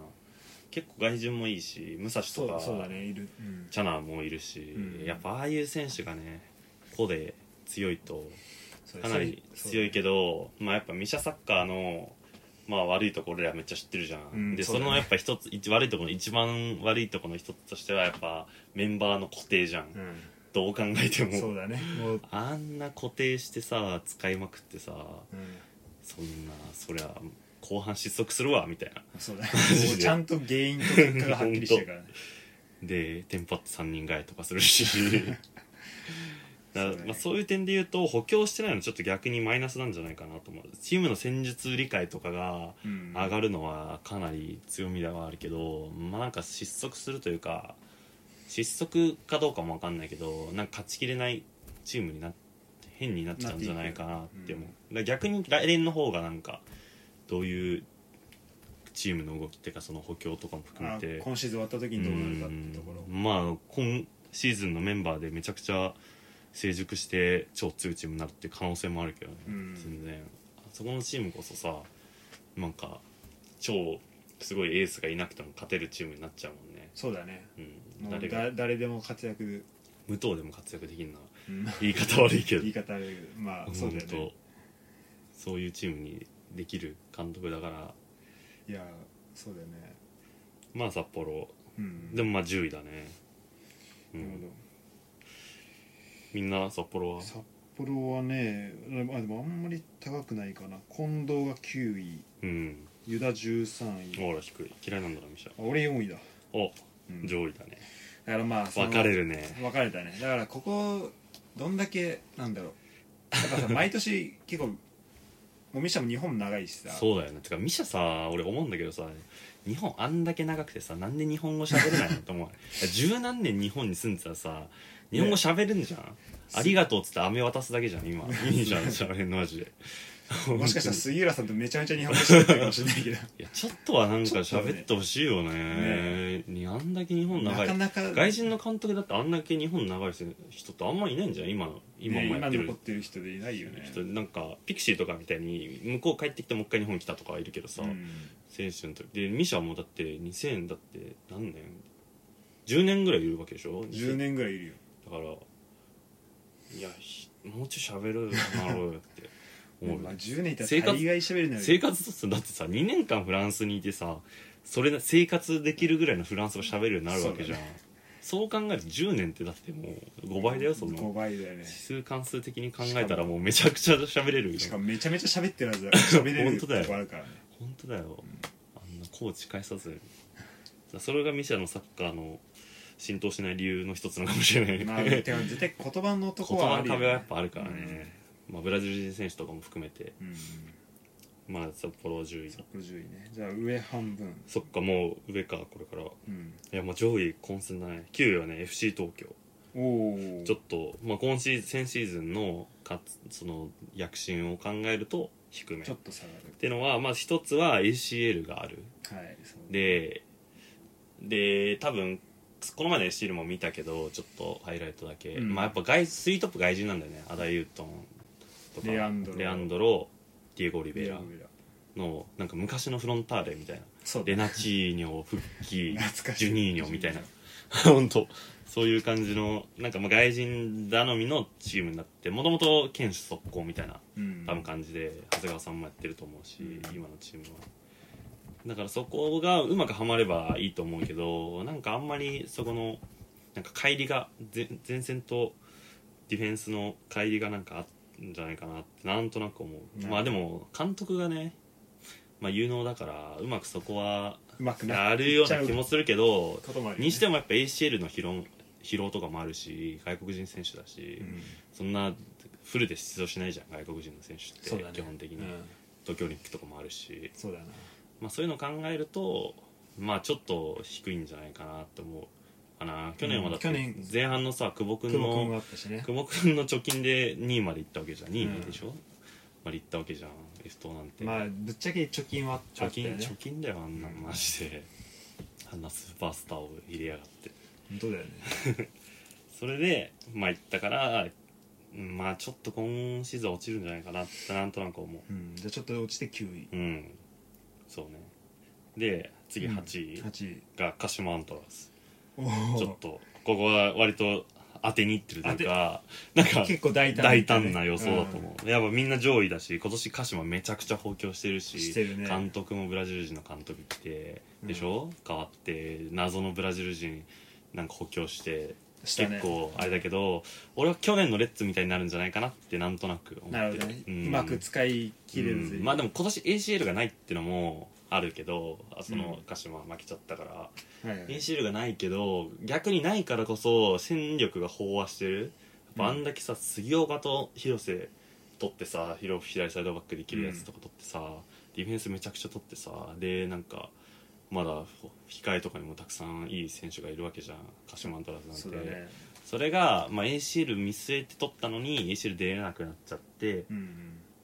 S1: 結構外人もいいし武蔵
S2: そ
S1: と
S2: う
S1: か
S2: だそうだねいるうん
S1: チャナーもいるし、
S2: うん
S1: やっぱああいう選手がね個で強いと
S2: そう
S1: かなり強いけど、まあやっぱミシャサッカーの、まあ、悪いところ俺らめっちゃ知ってるじゃん、
S2: うん
S1: で
S2: そう
S1: そ
S2: だね
S1: のやっぱ一つ一悪いところの一番悪いところの一つとしてはやっぱメンバーの固定じゃん、
S2: う
S1: どう考えて
S2: んそ
S1: も
S2: うだねもう
S1: あんな固定してさ使いまくってさ
S2: うん
S1: そんなそりゃ後半失速するわみたいな
S2: そうだね
S1: ジで
S2: もうちゃんと原因と結果がはっきりしてるからね
S1: でテンパって3人替えとかするし だ
S2: そうだね
S1: まあ、そういう点で言うと補強してないのちょっと逆にマイナスなんじゃないかなと思うチームの戦術理解とかが
S2: うん
S1: 上がるのはかなり強みではあるけど、まあなんか失速するというか失速かどうかも分かんないけどなんか勝ちきれないチームになって変になっちゃうんじゃないかなって思う、
S2: な
S1: だ
S2: っ
S1: から逆に来年の方がなんかどういうチームの動きっていうかその補強とかも含
S2: あ
S1: めて
S2: 今シーズン終わった時にどうなるかっていうところ
S1: うんまあ今シーズンのメンバーでめちゃくちゃ成熟して超強いチームになるっていう可能性もあるけどね、
S2: うん
S1: 全然そこのチームこそさなんか超すごいエースがいなくても勝てるチームになっちゃうもんね、
S2: そうだね
S1: うん、
S2: も
S1: 誰
S2: う
S1: が
S2: だ誰でも活躍、
S1: 武藤でも活躍できるな
S2: うん
S1: 言い方悪いけど
S2: 言い方あるけどまあそうだよ
S1: 本
S2: ね
S1: 当そういうチームにできる監督だから
S2: いやそうだよね
S1: まあ札幌
S2: うん
S1: でもまあ10位だね、う
S2: なるほ
S1: ん、
S2: ど
S1: みんな札幌は
S2: 札幌はねあでもあんまり高くないかな近藤が9位
S1: うん
S2: 湯田13位あ
S1: ほら低い嫌いなんだなミシャ
S2: 俺4位だ、
S1: お
S2: うんだ
S1: 上位だね
S2: からまあその
S1: 分かれるね
S2: 分かれたねだからここどんだけなんだろうやっぱさ毎年結構もみしゃも日本長いしさ
S1: そうだよねてかミシャさ俺思うんだけどさ日本あんだけ長くてさなんで日本語喋れないのって思う 十何年日本に住んでたらさ日本語喋れんじゃん、ありがとうっつって飴渡すだけじゃん 今いいじゃん喋れんのマジで
S2: もしかしたら杉浦さんとめちゃめちゃ日本語してるかもしれないけど
S1: いやちょっとはなんか
S2: ちょっとね
S1: 喋ってほしいよねにあんだけ日本 長
S2: ないかなか
S1: 外人の監督だってあんだけ日本長い人ってあんまいないんじゃん今の今
S2: ね
S1: もや
S2: 今
S1: って
S2: 残っ
S1: る
S2: てる人でいないよね
S1: 人、なんかピクシーとかみたいに向こう帰ってきてもう一回日本来たとかはいるけどさ、
S2: うん
S1: 選手の時でミシャはもうだって2000だって何年10年ぐらいいるわけでしょ
S2: 10年ぐらいいるよ
S1: だからいやひもうちょい喋るなろうよ って思う
S2: まあ10年いたら
S1: 生活
S2: 大概喋れない
S1: 生活とだってさ2年間フランスにいてさそれな生活できるぐらいのフランス語喋るようになるわけじゃんそう,、考えると10年ってだってもう5倍だよそ
S2: 5
S1: の
S2: 倍だよね
S1: 指数関数的に考えたらもうめちゃくちゃ喋れるよ
S2: しかもめちゃめちゃ喋ってるはず だから喋れ
S1: 本
S2: る
S1: 当
S2: と
S1: だよ
S2: こあるからね
S1: 本当だよあんなコーチ返さずそれがミシャのサッカーの浸透しない理由の一つなのかもしれない、
S2: まあてか絶対言葉のとこ
S1: 言葉
S2: はあ
S1: の
S2: るよ、
S1: 壁
S2: ね、
S1: はやっぱあるからね、まあ、ブラジル人選手とかも含めて
S2: うん、うん、
S1: まあ札幌10位
S2: 札幌10位ねじゃあ上半分
S1: そっかもう上かこれから
S2: うん
S1: いやもう上位混戦だね9位はね FC 東京
S2: おお
S1: ちょっと、まあ、今シーズン先シーズンのかその躍進を考えると低めっ
S2: ちょっと下がる
S1: てのはまず一つは ACL がある
S2: はいそう
S1: でで多分この前の ACL も見たけどちょっとハイライトだけ、
S2: うん
S1: まあやっぱ外スリートップ外人なんだよねアダイ・ユートンとか
S2: レアンドロ
S1: レアンドロディエゴ・オリベイ
S2: ベ
S1: ラ
S2: ラベラ
S1: のなんか昔のフロンターレみたいな
S2: そう
S1: レナチーニョ復 帰
S2: 懐かしい
S1: ジュニーニョみたいな本当そういう感じのなんかまあ外人頼みのチームになってもともと堅守速攻みたいな
S2: うん
S1: 多分感じで長谷川さんもやってると思うし、
S2: うん
S1: 今のチームはだからそこがうまくはまればいいと思うけどなんかあんまりそこのなんか乖離が前前線とディフェンスの乖離がなんかあるんじゃないかなってなんとなく思う、
S2: うん
S1: まあでも監督がね、まあ、有能だからうまくそこは
S2: うまくな
S1: やるような気も
S2: す
S1: するけど
S2: ることもあるよね
S1: にしてもやっぱ ACL の疲労疲労とかもあるし外国人選手だし、
S2: うん
S1: そんなフルで出場しないじゃん外国人の選手って、
S2: そうだね
S1: 基本的に、
S2: うん
S1: 東京オリンピックとかもあるし、
S2: そうだな
S1: まあ、そういうのを考えるとまあちょっと低いんじゃないかなと思うかな去年はだって
S2: 去年
S1: 前半のさ久保君
S2: 久保君も
S1: の
S2: あったしね
S1: 久保君の貯金で2位まで行ったわけじゃん2
S2: う
S1: 位
S2: ん
S1: でしょ、まで行ったわけじゃん F 等なんて、
S2: まあぶっちゃけ貯金はあった
S1: 貯
S2: よね
S1: 金貯金だよあんな
S2: うん
S1: マジであんなスーパースターを入れやがって
S2: 本当だよね
S1: それでまあ行ったからうんまあちょっと今シーズン落ちるんじゃないかなってなんとなく思う
S2: うんじゃあちょっと落ちて9位
S1: うんそうねで次
S2: うん
S1: 8位
S2: 8位
S1: が鹿島アントラーズ、
S2: おー
S1: ちょっとここは割と当てにいってるというかなんか
S2: 結構大胆
S1: 大胆な予想だと
S2: ん
S1: 思う、やっぱみんな上位だし今年鹿島めちゃくちゃ補強してるし
S2: してるね
S1: 監督もブラジル人の監督来て
S2: うん
S1: でしょ、変わって謎のブラジル人なんか補強して
S2: したね
S1: 結構あれだけど俺は去年のレッツみたいになるんじゃないかなってなんとなく思って
S2: なるほどねうんまく使い切れず
S1: うんまあで
S2: も
S1: も今年 ACL がないってのもあるけどあそうの
S2: ん
S1: 鹿島負けちゃったから、ACL がないけど逆にないからこそ戦力が飽和してるやっぱあんだけさ、杉岡と広瀬取ってさ広左サイドバックできるやつとか取ってさ、ディフェンスめちゃくちゃ取ってさでなんかまだ控えとかにもたくさんいい選手がいるわけじゃん鹿島アントラーズ
S2: そ
S1: な
S2: うんだ
S1: てそ,、
S2: ね
S1: れが、まあ、ACL 見据えて取ったのに ACL 出れなくなっちゃって、っ
S2: うん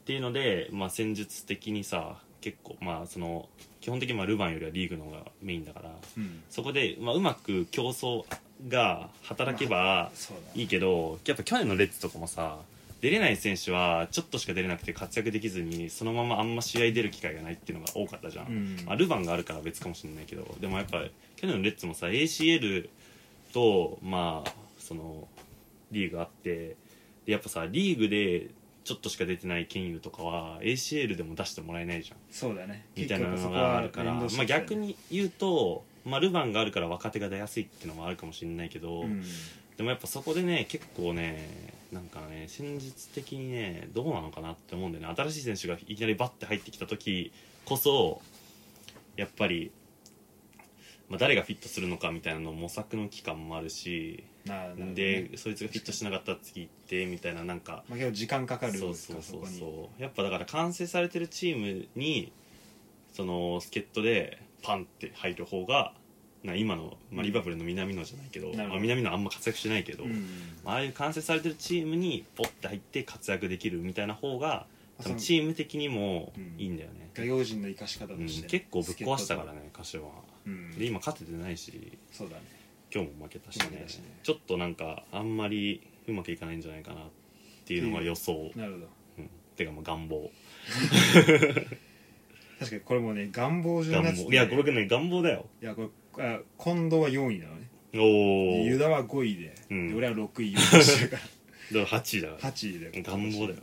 S1: ていうので、まあ、戦術的にさ結構まあその基本的にまあルヴァンよりはリーグの方がメインだから
S2: うん
S1: そこで、まあ、うまく競争が働けば
S2: そうだ
S1: いいけどやっぱ去年のレッズとかもさ出れない選手はちょっとしか出れなくて活躍できずにそのままあんま試合出る機会がないっていうのが多かったじゃん、
S2: うん
S1: まあ、ルヴァンがあるから別かもしれないけどでもやっぱ去年のレッズもさ ACL とまあそのリーグあってでやっぱさリーグでちょっとしか出てないケンユとかは ACL でも出してもらえないじゃん
S2: そうだね
S1: みたいなのがあるから、まあ、逆に言うと、まあ、ルヴァンがあるから若手が出やすいっていうのもあるかもしれないけど、
S2: うん
S1: でもやっぱそこでね結構ねなんかね戦術的にねどうなのかなって思うんだよね新しい選手がいきなりバッて入ってきた時こそやっぱり、まあ、誰がフィットするのかみたいなの模索の期間もあるし
S2: なるほどね
S1: でそいつがフィットしなかったら次行ってみたいななんか
S2: まあ結構時間かかる
S1: そ
S2: ん
S1: う
S2: です
S1: そ
S2: か
S1: うそう
S2: こに
S1: そうやっぱだから完成されてるチームにその助っ人でパンって入る方がな今の、まあ、リバプールの南野じゃないけど,、
S2: なるほど
S1: まあ、南野あんま活躍してないけど、
S2: うん
S1: ああいう完成されてるチームにポッて入って活躍できるみたいな方が多
S2: その
S1: 分チーム的にも
S2: うん
S1: いいんだよね、
S2: 外国人の生かし方と
S1: うん
S2: して
S1: 結構ぶっ壊したからね柏は、
S2: うん
S1: で今勝ててないし
S2: そうだね
S1: 今日も負けたしね
S2: 負けたしね
S1: ちょっとなんかあんまりうまくいかないんじゃないかなっていうのが予想、
S2: なるほど
S1: うんてかまあ願望
S2: 確かにこれもね願望順
S1: 願
S2: なやつで
S1: 望いやこれね願望だよ
S2: いやこれあ近藤は4位なのね
S1: お
S2: ユ
S1: おだか
S2: ダは5位で
S1: うん
S2: で俺は6位予想して るから
S1: ら8位だから
S2: 8位で
S1: 願望だよ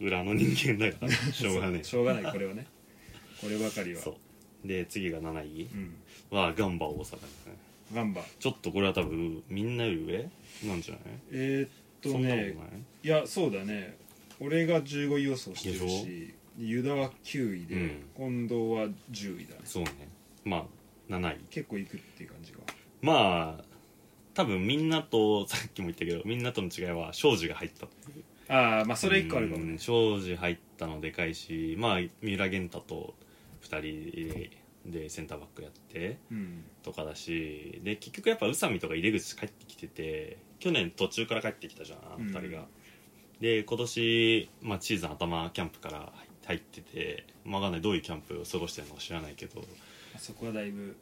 S1: 裏の人間だ からしょうがね
S2: しょうがないこれはねこればかり
S1: え
S2: は
S1: そうで次が7位
S2: うん
S1: はガンバ大阪ですね
S2: ガンバ
S1: ちょっとこれは多分みんなより上なんじゃない
S2: えーっ
S1: そ
S2: と
S1: んな
S2: ね
S1: ことない
S2: いやそうだね俺が15位予想してるしユダは9位で、近藤は10位だね
S1: そうねまあ7位
S2: 結構いくっていう感じが
S1: まあ多分みんなとさっきも言ったけどみんなとの違いは庄司が入った
S2: ああまあそれ1個あるかも
S1: うん
S2: ね
S1: 庄司入ったのでかいしまあ三浦玄太と2人でセンターバックやって
S2: うん
S1: とかだしで結局やっぱ宇佐美とか入口帰ってきてて去年途中から帰ってきたじゃんあの2人が、
S2: うん
S1: で今年、まあ、チーズの頭キャンプから入入ってて、まあ、わかんないどういうキャンプを過ごしてるのか知らないけど
S2: そこはだいぶ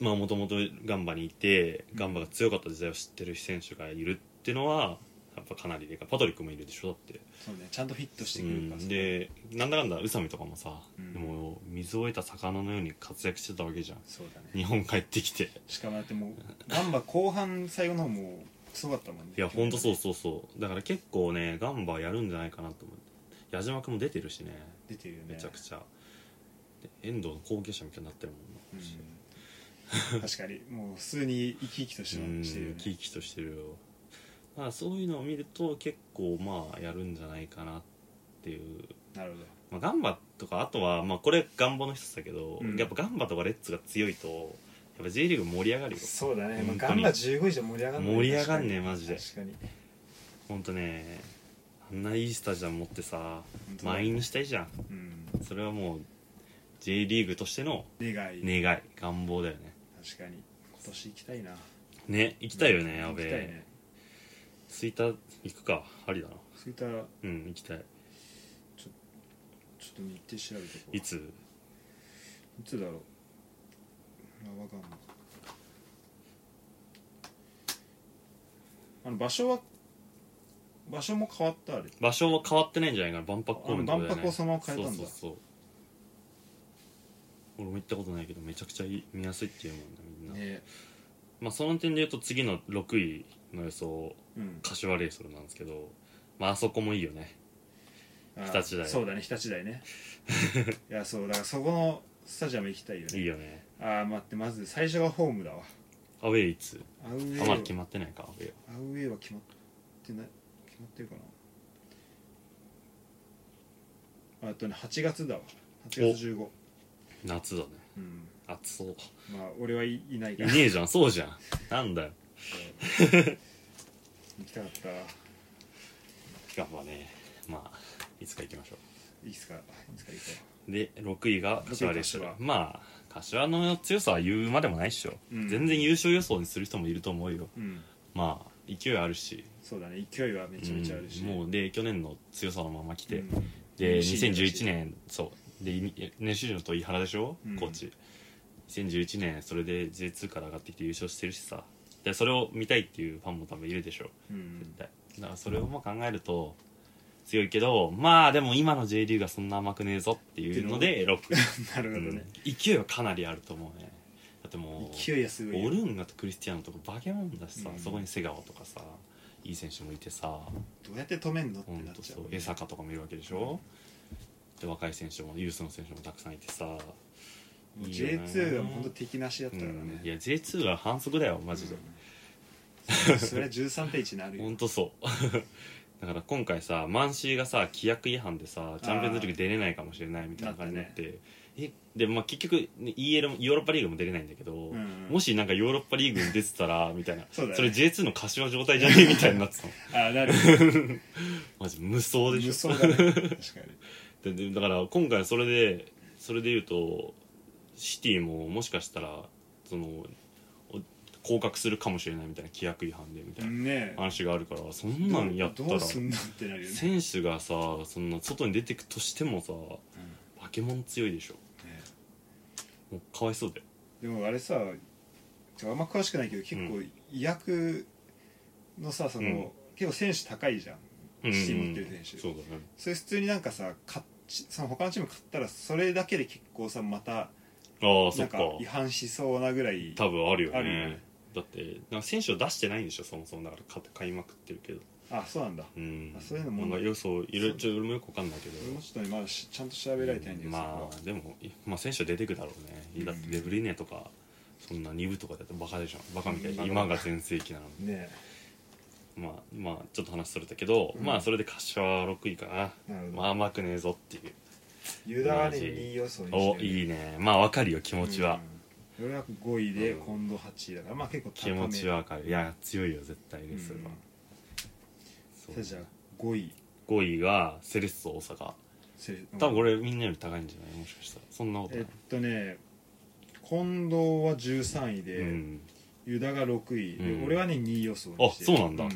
S1: まあもともとガンバにいて
S2: うん
S1: ガンバが強かった時代を知ってる選手がいるっていうのはやっぱかなりでかいパトリックもいるでしょだって
S2: そうねちゃんとフィットして
S1: う
S2: くるから
S1: ん、でなんだかんだ宇佐美とかもさ、
S2: うん
S1: でも水を得た魚のように活躍してたわけじゃん
S2: そうだね
S1: 日本帰ってきて
S2: しかもだってもうガンバ後半最後の方もうすごかったもんね
S1: いやほんとそうそうそうだから結構ねガンバやるんじゃないかなと思って矢島君も出てるしね
S2: 出てるよね
S1: めちゃくちゃ、で遠藤の後継者みたいになってるもんな
S2: うん確かにもう普通に生き生きとし
S1: うん
S2: てしてるよ
S1: 生
S2: ね
S1: き生きとしてるよだからそういうのを見ると結構まあやるんじゃないかなっていう、
S2: なるほど
S1: まあ、ガンバとかあとは、まあ、これ願望の一つだけど、
S2: うん
S1: やっぱガンバとかレッツが強いとやっぱ J リーグ盛り上がるよ
S2: そうだね、
S1: 本
S2: まあ、
S1: 当に
S2: ガンバ15位じゃ盛り上がんない
S1: 盛り上がんねえマジで
S2: 確かに
S1: ほんとねあんないいスタジアム持ってさ
S2: 本当だ
S1: 満員にしたいじゃん
S2: うん
S1: それはもう J リーグとしての
S2: 願い、
S1: 願い願望だよね
S2: 確かに今年行きたいな
S1: ね行きたいよね、や
S2: 行き
S1: べ
S2: たい
S1: え
S2: ね
S1: 吹田行くかありだな
S2: そういったらちょっ
S1: うん行きたい
S2: と日程調べてこう
S1: い
S2: い
S1: つ
S2: つだろうあわかんないあの場所は場所も変わったあれ
S1: 場所は変わってないんじゃないかな万博公園とかだよね
S2: あ万博をそのまま変えたんだ
S1: そうそうそう俺も行ったことないけどめちゃくちゃいい見やすいっていうもんねみんな、
S2: ね
S1: まあその点で言うと次の6位の予想
S2: うん
S1: 柏レイソルなんですけどまああそこもいいよね
S2: あ
S1: 日立大
S2: そうだね日立 大ねいやそうだからそこのスタジアム行きたいよ
S1: い
S2: ね
S1: いよね
S2: ああ待ってまず最初がホームだわ
S1: アウェイいつ
S2: アウェ
S1: あ
S2: ー
S1: ま
S2: は
S1: だ決まってないかアウェイは
S2: アウェーは決まってない決まってるかなあとね8月だわ8月15
S1: 夏だね
S2: うん
S1: 暑そう
S2: まあ俺はい、いない
S1: い
S2: か
S1: ね
S2: ら
S1: えじゃんそうじゃんなんだよ
S2: 行きたかったわ
S1: 頑張ねまあいつか行きましょう
S2: いいっすかいいっすかいいっすか
S1: で6位が柏レイソル
S2: 六位柏
S1: まあ柏の強さは言うまでもないっしょ、
S2: うん
S1: 全然優勝予想にする人もいると思うよ
S2: うん
S1: まあ勢いあるし
S2: そうだね勢いはめちゃめちゃあるし、
S1: うんもうで去年の強さのまま来て、
S2: うん
S1: で
S2: シーズンだし
S1: 2011年そうでい年収のと井原でしょ、
S2: うん
S1: コーチ2011年それで J2 から上がってきて優勝してるしさでそれを見たいっていうファンも多分いるでしょ
S2: うん
S1: 絶 対だからそれをまあ考えると強いけどまあでも今の J リーグはそんな甘くねえぞっていうので6
S2: なるほどね、
S1: 勢いはかなりあると思うねだってもう
S2: 勢いはすごい
S1: オ
S2: よ
S1: ルンガとクリスティアーノとかバケモンだしさ、
S2: うん
S1: そこに瀬川とかさいい選手もいてさ
S2: どうやって止めんのって
S1: 本
S2: なっ
S1: 当
S2: ちゃ
S1: そうう江坂とかもいるわけでしょ、で若い選手もユースの選手もたくさんいてさ
S2: もう
S1: いいよね
S2: J2 はもうほんと敵なしだったからね
S1: うん、いや J2 は反則だよマジで、
S2: うんそれは13.1にな る
S1: ほ
S2: よ
S1: んとそうだから今回さマンシーがさ規約違反でさチャンピオンズリーグ出れないかもしれないみたいな感じになってえでまあ結局 EL もヨーロッパリーグも出れないんだけど、
S2: ん
S1: もしなんかヨーロッパリーグに出てたらみたいな
S2: そうだね
S1: れ J2 の柏状態じゃねえみたいにな ってたの
S2: ああなる
S1: マジ無双でしょ
S2: 無双だね確か
S1: ででだから今回それでそれで言うとシティももしかしたらそのお降格するかもしれないみたいな規約違反でみたいな
S2: にねえ
S1: 話があるからそんなんやった
S2: ど
S1: ら
S2: うすんのってなるよね
S1: 選手がさそんな外に出てくとしてもさバケモン強いでしょ
S2: うんね
S1: もうかわいそうだよ
S2: でもあれさあんま詳しくないけど結構医薬のさその、
S1: うん
S2: 結構選手高いじゃん
S1: うん
S2: シティ持ってる選手
S1: そうだね
S2: それ普通になんかさ勝ちその他のチーム勝ったらそれだけで結構さまた
S1: ああそ
S2: な
S1: っ
S2: んか
S1: か
S2: 違反しそうなぐらい
S1: 多分あるよね
S2: あるよね
S1: だってなんか選手を出してないんでしょそもそもだから買って買いまくってるけど
S2: あそうなんだ
S1: うん
S2: あそういうのも
S1: なんかよそういろいろちょっと俺もよくわかんないけど
S2: 俺もちょっとねまだしちゃんと調べられてないんだけど
S1: まあでも、まあ、選手は出てくだろうね、
S2: うん
S1: だってデブリネとかそんな2部とかだとバカでしょバカみたいに
S2: うん
S1: 今が全盛期なのに
S2: ね
S1: まあまあちょっと話それたけど、
S2: うん
S1: まあそれで柏は6位かな
S2: なるほど
S1: まあ甘くねえぞっていう
S2: ユダはね2位予想にして
S1: お
S2: る
S1: いいねまあわかるよ気持ちは、
S2: うん俺は5位で
S1: うん
S2: 今度8位だからまあ結構高
S1: 気
S2: め
S1: 持ちはわかるいや強いよ絶対にそれは、
S2: うん
S1: そ
S2: さあ
S1: う
S2: じゃあ5位
S1: 5位がセレッソ大阪
S2: せ
S1: 多分俺みんなより高いんじゃないもしかしたらそんなことな
S2: え
S1: い
S2: っ、とね近藤は13位で、
S1: うん、
S2: ユダが6位、で
S1: うん
S2: 俺はね2位予想にして
S1: あそうなんだ
S2: う
S1: い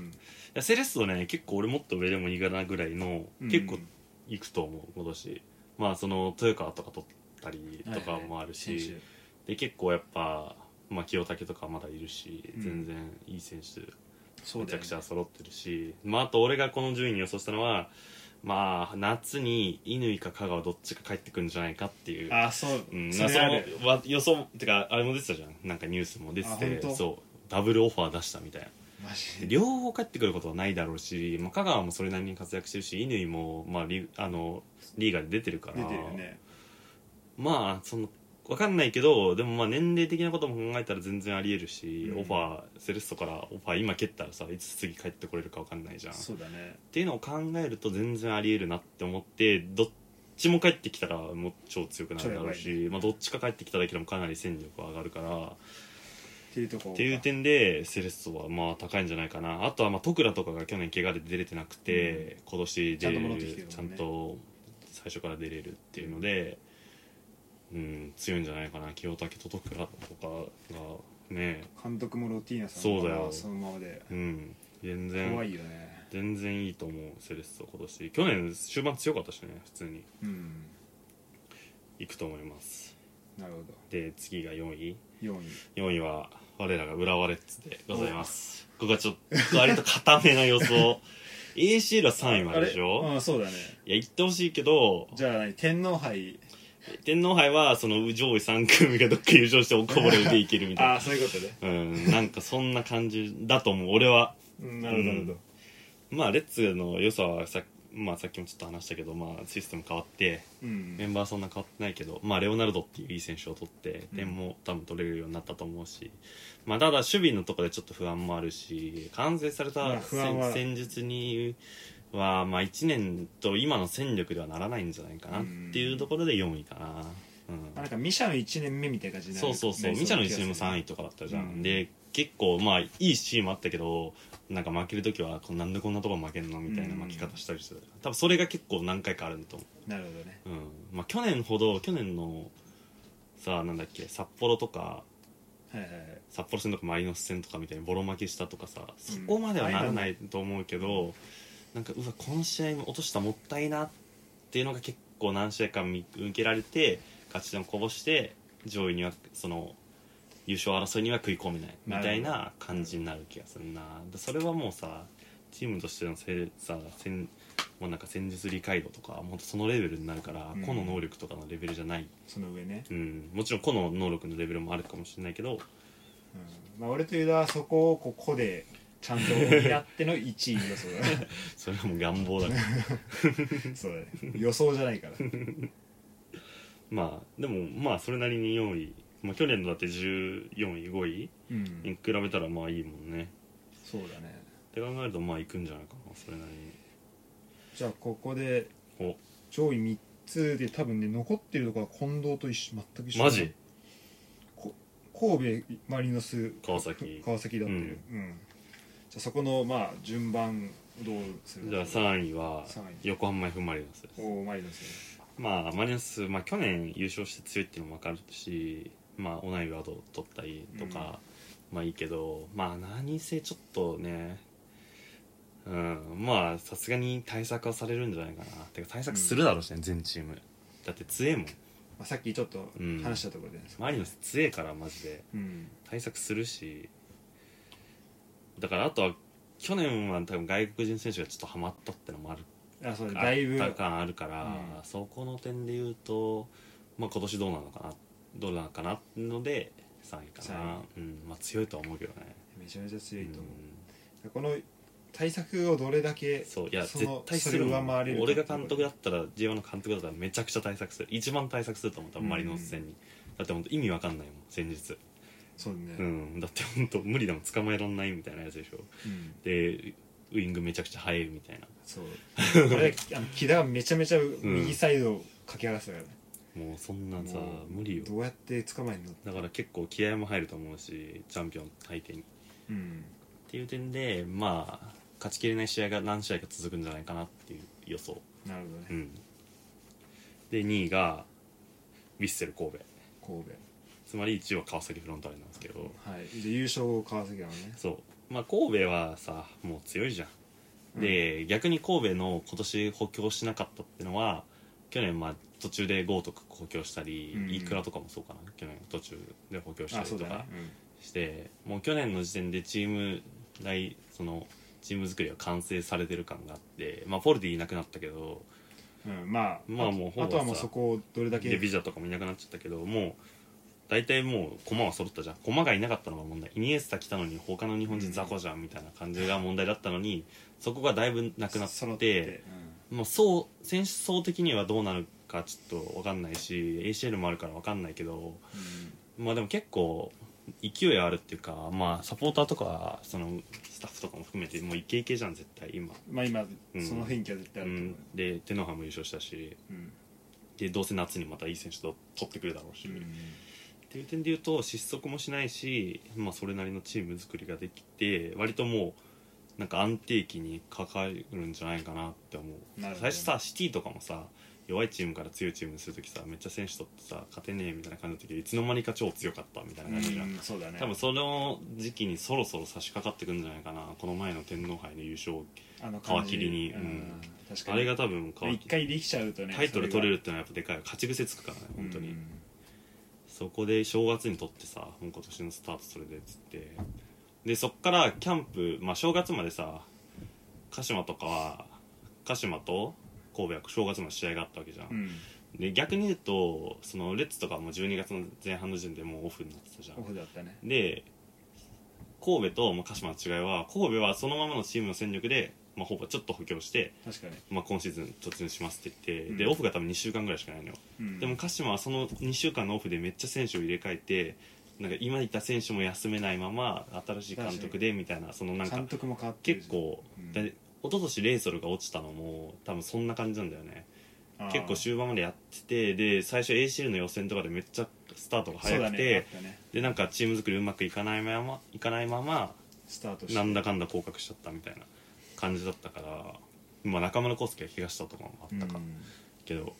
S1: やセレッソね結構俺もっと上でもいいかなぐらいの、結構
S2: うん
S1: 行くと思う今年まあその豊川とか取ったりとかもあるし、
S2: はいはい選
S1: で結構やっぱ、まあ、清武とかまだいるし、
S2: うん
S1: 全然いい選手
S2: 手そう
S1: め
S2: だ
S1: ちゃ
S2: よ
S1: く
S2: ね
S1: ちゃ揃ってるし、まあ、あと俺がこの順位に予想したのはまあ夏に乾か香川どっちか帰ってくるんじゃないかっていう
S2: あそう、
S1: うん、
S2: そ
S1: そ
S2: れある
S1: のわ予想てかあれも出てたじゃんなんかニュースも出て
S2: あ本
S1: て
S2: 当
S1: そうダブルオファー出したみたいな
S2: マジで
S1: 両方帰ってくることはないだろうし、まあ、香川もそれなりに活躍してるし乾も、まあ、リあのリーガーで出てるから
S2: 出てるよね
S1: まあそのわかんないけどでもまあ年齢的なことも考えたら全然ありえるし、
S2: うん
S1: オファーセレッソからオファー今蹴ったらさいつ次帰ってこれるかわかんないじゃんっ
S2: そうだね
S1: ていうのを考えると全然ありえるなって思ってどっちも帰ってきたらもう超強くなるだろう
S2: 超
S1: し、まあ、どっちか帰ってきただけでもかなり戦力は上がるから。
S2: っていうとこ
S1: っていう点でセレッソはまあ高いんじゃないかなあとはまあ徳良とかが去年怪我で出れてなくて、今年出れ
S2: ちゃんと戻
S1: る
S2: ってき
S1: ち
S2: て
S1: ゃ,、
S2: るもんね
S1: んと最初から出れるっていうので、うん、強いんじゃないかな清武と徳良とかがね
S2: 監督もロティーナさんの
S1: そうだよ
S2: そのままで
S1: うん全
S2: 怖
S1: 然
S2: いよね
S1: 全然いいと思うセレッソ今年去年終盤強かったしね普通に
S2: うん
S1: いくと思います
S2: なるほど
S1: で次が4位
S2: 4位
S1: 4位は我らが浦和レッズでございますここはちょっと割と固めな予想 ACL は3位まででしょ
S2: ああそうだね
S1: いや言ってほしいけど
S2: じゃあ何天皇杯
S1: 天皇杯はその上位3組がどっか優勝しておこぼれでいけるみたい
S2: ああそういうことね
S1: なうんなんかそんな感じだと思う俺は
S2: うんなるほどなるほど
S1: まあレッズの良さはさ,、まあ、さっきもちょっと話したけど、まあ、システム変わって
S2: うん
S1: メンバーはそんな変わってないけど、まあ、レオナルドっていういい選手を取って
S2: うん
S1: 点も多分取れるようになったと思うし、まあ、ただ守備のところでちょっと不安もあるし完成され
S2: まあ
S1: た
S2: 不安は
S1: 戦戦術には、まあ、1年と今の戦力ではならないんじゃないかなっていうところで4位かな。うん
S2: あなんかミシャの1年目みたいな感じになる
S1: そうそうそうミシャの1年も3
S2: 位
S1: 位とかだったじゃん、
S2: うん
S1: で結構まあいいシーンもあったけどなんか負ける時はこうなんでこんなとこ負けんのみたいな負け方したりする、多分それが結構何回かあるんだと思
S2: なるほどね
S1: う、うんまあ、去年ほど去年のさあなんだっけ札幌とか
S2: はいはいはい
S1: 札幌戦とかマリノス戦とかみたいにボロ負けしたとかさそこまではならないと思うけど、なんかうわこの試合も落としたもったいなっていうのが結構何試合か見受けられて勝ち点をこぼして上位にはその優勝争いには食い込めないみたいな感じになる気がするなでそれはもうさチームとしてのせさ戦,、まあ、なんか戦術理解度とかもうほんとそのレベルになるから、
S2: うん
S1: 個の能力とかのレベルじゃない、
S2: その上ね、
S1: うん、もちろん個の能力のレベルもあるかもしれないけど
S2: うんまあ、俺とユダはそこをここでちゃんと補っての1位予想 だね
S1: それはもう願望だから
S2: そうだね予想じゃないから
S1: まあでもまあそれなりに4位、まあ、去年のだって14位5位
S2: うん
S1: に比べたらまあいいもんね
S2: そうだね
S1: って考えるとまあいくんじゃないかなそれなり
S2: じゃあここで
S1: に
S2: 上位3つで多分ね残ってるところは近藤と一緒全く一
S1: お
S2: 緒
S1: マジ
S2: 神戸マリノス
S1: 川崎
S2: 川崎だってる、うんじゃあそこのまあ順番どうする
S1: じゃあ3位は
S2: 三位
S1: 横浜 F ・マリノスです
S2: おおマリノス
S1: まあマリノス、まあ、去年優勝して強いっていうのも分かるしまあオナイワード取ったりとか、まあいいけどまあ何せちょっとねうんまあさすがに対策はされるんじゃないかなてか対策するだろうしね、全チームだって強えもん
S2: まあ、さっきちょっと
S1: うん
S2: 話したところで、
S1: マリノス強えからマジで
S2: うん
S1: 対策するしだからあとは去年は多分外国人選手がちょっとハマったってのもある
S2: あそうだだいぶ
S1: あった感あるから、
S2: うん
S1: そこの点で言うと、まあ、今年どうなのかなどうなのかなので3位かなうんまあ、強いとは思うけどね
S2: めちゃめちゃ強いと思う、
S1: う
S2: この対策をどれだけ
S1: んそういや
S2: そ
S1: 絶
S2: の
S1: 対するも
S2: それを
S1: ん
S2: 上回れるか
S1: 俺が監督だったら J1 の監督だったらめちゃくちゃ対策する一番対策すると思ったマリノス戦に、だって本当意味わかんないもん戦術
S2: そうだね、
S1: うん、だって本当無理でも捕まえらんないみたいなやつでしょ
S2: うん
S1: でウイングめちゃくちゃ速いみたいな
S2: そうあれあの木田がめちゃめちゃ右サイドを駆け上がってたからね、
S1: もうそんなさ
S2: もう
S1: 無理よ
S2: どうやって捕まえるの
S1: だから結構気合も入ると思うしチャンピオン相手にっ
S2: うん
S1: ていう点でまあ勝ちきれない試合が何試合か続くんじゃないかなっていう予想
S2: なるほどね
S1: うんで2位がヴィッセル神戸
S2: 神戸
S1: つまり1位は川崎フロンターレなんですけど
S2: はい、で優勝川崎なのね
S1: そうまあ神戸はさもう強いじゃんで、逆に神戸の今年補強しなかったってのは去年まあ途中で豪徳補強したり、
S2: うん
S1: イクラとかもそうかな去年途中で補強した
S2: あ
S1: り
S2: そ
S1: と
S2: うだ
S1: か
S2: ね、
S1: して、もう去年の時点でチーム来そのチーム作りが完成されてる感があってまあポルディいなくなったけど
S2: うん、うん、まあ
S1: まあもうほぼ
S2: あとは
S1: さ
S2: もうそこをどれだけ
S1: でビジャとかもいなくなっちゃったけどもう大体もう駒は揃ったじゃん駒がいなかったのが問題イニエスタ来たのに他の日本人雑魚じゃんみたいな感じが問題だったのにそこがだいぶなくな
S2: 揃
S1: ってもうそう選手層的にはどうなるかちょっと分かんないし ACL もあるから分かんないけどまあでも結構勢いあるっていうかまあサポーターとかそのスタッフとかも含めてもうイケイケじゃん絶対今、
S2: うん、まあ今
S1: うん
S2: その雰囲気は絶対
S1: う
S2: あると思
S1: ん、で手の葉も優勝したし
S2: う、うん
S1: でどうせ夏にまたいい選手と取ってくるだろうし、
S2: うん
S1: っていう点で言うと失速もしないし、まあ、それなりのチーム作りができて割ともうなんか安定期にかかるんじゃないかなって思う
S2: なるほ
S1: 最
S2: ど
S1: 初さシティとかもさ弱いチームから強いチームにするときさめっちゃ選手とってさ勝てねえみたいな感じの時いつの間にか超強かったみたいな感じじゃん、
S2: うんそうだね
S1: 多分その時期にそろそろ差し掛かってくんじゃないかなこの前の天皇杯の優勝
S2: あの
S1: 皮切りに
S2: 感じうん確か
S1: あ
S2: に
S1: れが多分変わ
S2: 一回できちゃうとね
S1: タイトル取れ
S2: る
S1: るってのはやっぱでかいよ勝ち癖つくからね本当に、そこで正月にとってさもう今年のスタートそれでっつってでそっからキャンプまあ正月までさ鹿島とかは鹿島と神戸は正月の試合があったわけじゃん、
S2: うん、うん
S1: で逆に言うとそのレッツとかも12月の前半の時点でもうオフになってたじゃ
S2: オ
S1: ん
S2: フだったね
S1: で神戸とまあ鹿島の違いは神戸はそのままのチームの戦力で、まあ、ほぼちょっと補強して、
S2: 確かに、
S1: まあ、今シーズン突入しますって言って、で
S2: うん
S1: オフが多分2週間ぐらいしかないのよ
S2: うん
S1: でも鹿島はその2週間のオフでめっちゃ選手を入れ替えてなんか今いた選手も休めないまま新しい監督でみたいなそのなんか
S2: 監督も変わってるし
S1: 結構、
S2: うん
S1: だ一昨年レイソルが落ちたのも多分そんな感じなんだよね
S2: あー
S1: 結構終盤までやっててで最初 ACL の予選とかでめっちゃスタートが
S2: そう
S1: 早
S2: だ
S1: く
S2: ね
S1: て、
S2: あったね
S1: でなんかチーム作りうまくいかないままいかないまま
S2: スタートして
S1: なんだかんだ降格しちゃったみたいな感じだったから、まあ、中村康介が怪我したとかもあ
S2: う
S1: っ
S2: ん
S1: た
S2: だ
S1: か、けど、
S2: ね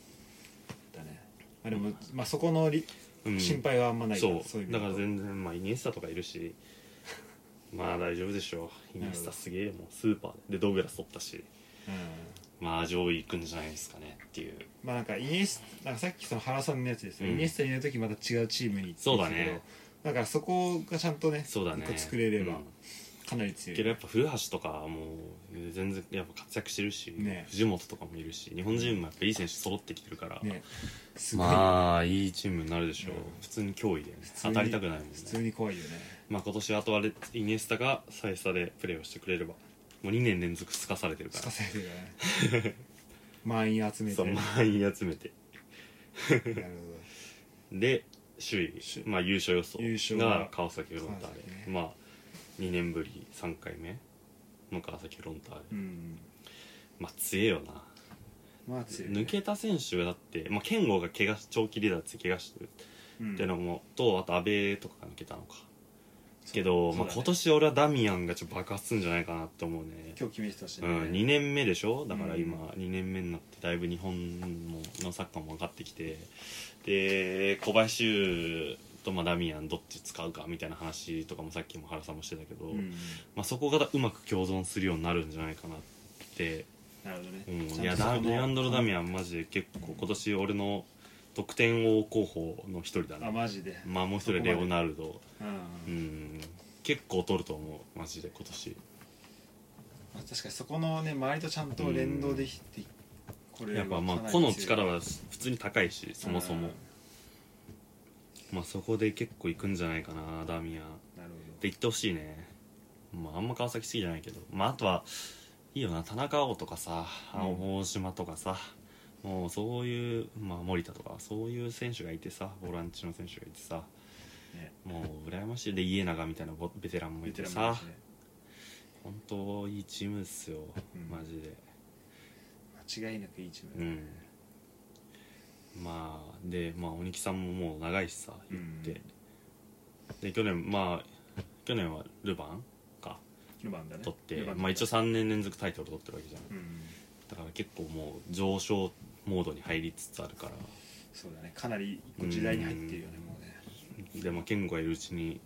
S2: あでも、まあ、そこのり、
S1: うん、
S2: 心配はあんまない
S1: そう
S2: いう意味
S1: だ
S2: と
S1: から全然まあイニエスタとかいるしまあ大丈夫でしょうイニエスタすげえよもうスーパーででドグラス取ったし
S2: うん
S1: まあ上位いくんじゃないですかねっていう
S2: まあなんかイニエスなんかさっきその原さんのやつですね、
S1: うん
S2: イニエスタにいる時また違うチームに行って
S1: そうだね
S2: たけどだからそこがちゃんとね
S1: そうだね
S2: 一個作れれば
S1: うん
S2: かなり強
S1: け
S2: い、
S1: どやっぱ古橋とかもう全然やっぱ活躍してるし、
S2: ね
S1: 藤本とかもいるし日本人もやっぱいい選手揃ってきてるから、
S2: ねすごい、
S1: まあいいチームになるでしょう、
S2: うん
S1: 普通に脅威で、ね、
S2: 通
S1: 当
S2: に
S1: たりたくないもん
S2: 普通
S1: ね
S2: に怖いよね
S1: まあ今年あとはレイニエスタが再スタでプレーをしてくれればもう2年連続すかされてるか
S2: す
S1: ら
S2: かされてるからね満員集めて
S1: そう
S2: なる
S1: 満員集めて
S2: ほど
S1: で首位
S2: 首位
S1: まあ、優勝予
S2: 優
S1: 想
S2: 勝が
S1: が川崎フロンター
S2: 川
S1: レ
S2: 崎、ね
S1: まあ2年ぶり3回目の川崎フロンターレ、
S2: うん
S1: まあ強えよな
S2: まあ強い、
S1: 抜けた選手がだって、まあ、健吾が怪我し長期離脱で怪我してる
S2: うん
S1: っていうのも、とあと阿部とかが抜けたのか
S2: そう
S1: けど、
S2: そう
S1: ま
S2: だ
S1: あ、
S2: ね
S1: 今年俺はダミアンがちょっと爆発するんじゃないかなって思うね
S2: 今日決めてたし
S1: う
S2: ね、
S1: ん、2年目でしょだから
S2: うん
S1: 今2年目になってだいぶ日本ものサッカーも上がってきてで小林優とまあダミアンどっち使うかみたいな話とかもさっきも原さんもしてたけど、
S2: うん
S1: まあ、そこがうまく共存するようになるんじゃないかなって
S2: なるほどね、
S1: 思う
S2: ち
S1: いや
S2: ゃんとそ
S1: ダ
S2: この
S1: レアンドロ・ダミアンマジで結構今年俺の得点王候補の一人だ
S2: あ
S1: ね
S2: マジで、
S1: まあもう一人はレオナルド
S2: うん
S1: うん結構取ると思うマジで今年
S2: まあ確かにそこのね周りとちゃんと連動できて、これ
S1: やっぱまあ
S2: かなり
S1: 個の
S2: 強い
S1: 力は普通に高いしそもそもまあそこで結構行くんじゃないかなダミアン
S2: うんなる
S1: で行ってほしいねまああんま川崎好きじゃないけどまああとはいいよな田中碧とかさ青
S2: うん
S1: 大島とかさ、もうそういう、まあ、森田とかそういう選手がいてさボランチの選手がいてさ
S2: ね
S1: もう羨ましいで家長みたいなボベテラン
S2: ほ
S1: も
S2: ど
S1: いて
S2: ベテラン
S1: さ、
S2: もいるしね
S1: 本当いいチームですよ
S2: うん
S1: マジで
S2: 間違いなくいいチーム
S1: う
S2: だね
S1: んまあでまあ鬼木さんももう長いしさ言って、で去年まあ去年はルヴァンか
S2: ルヴァンだね
S1: 取って、
S2: ルヴァン
S1: まあ、一応
S2: 取っ
S1: 3年連続タイトル取ってるわけじゃん
S2: たうん
S1: だから結構もう上昇モードに入りつつあるから
S2: そうだねかなり一個時代に入ってるよねもうね
S1: でも健吾がいるうちに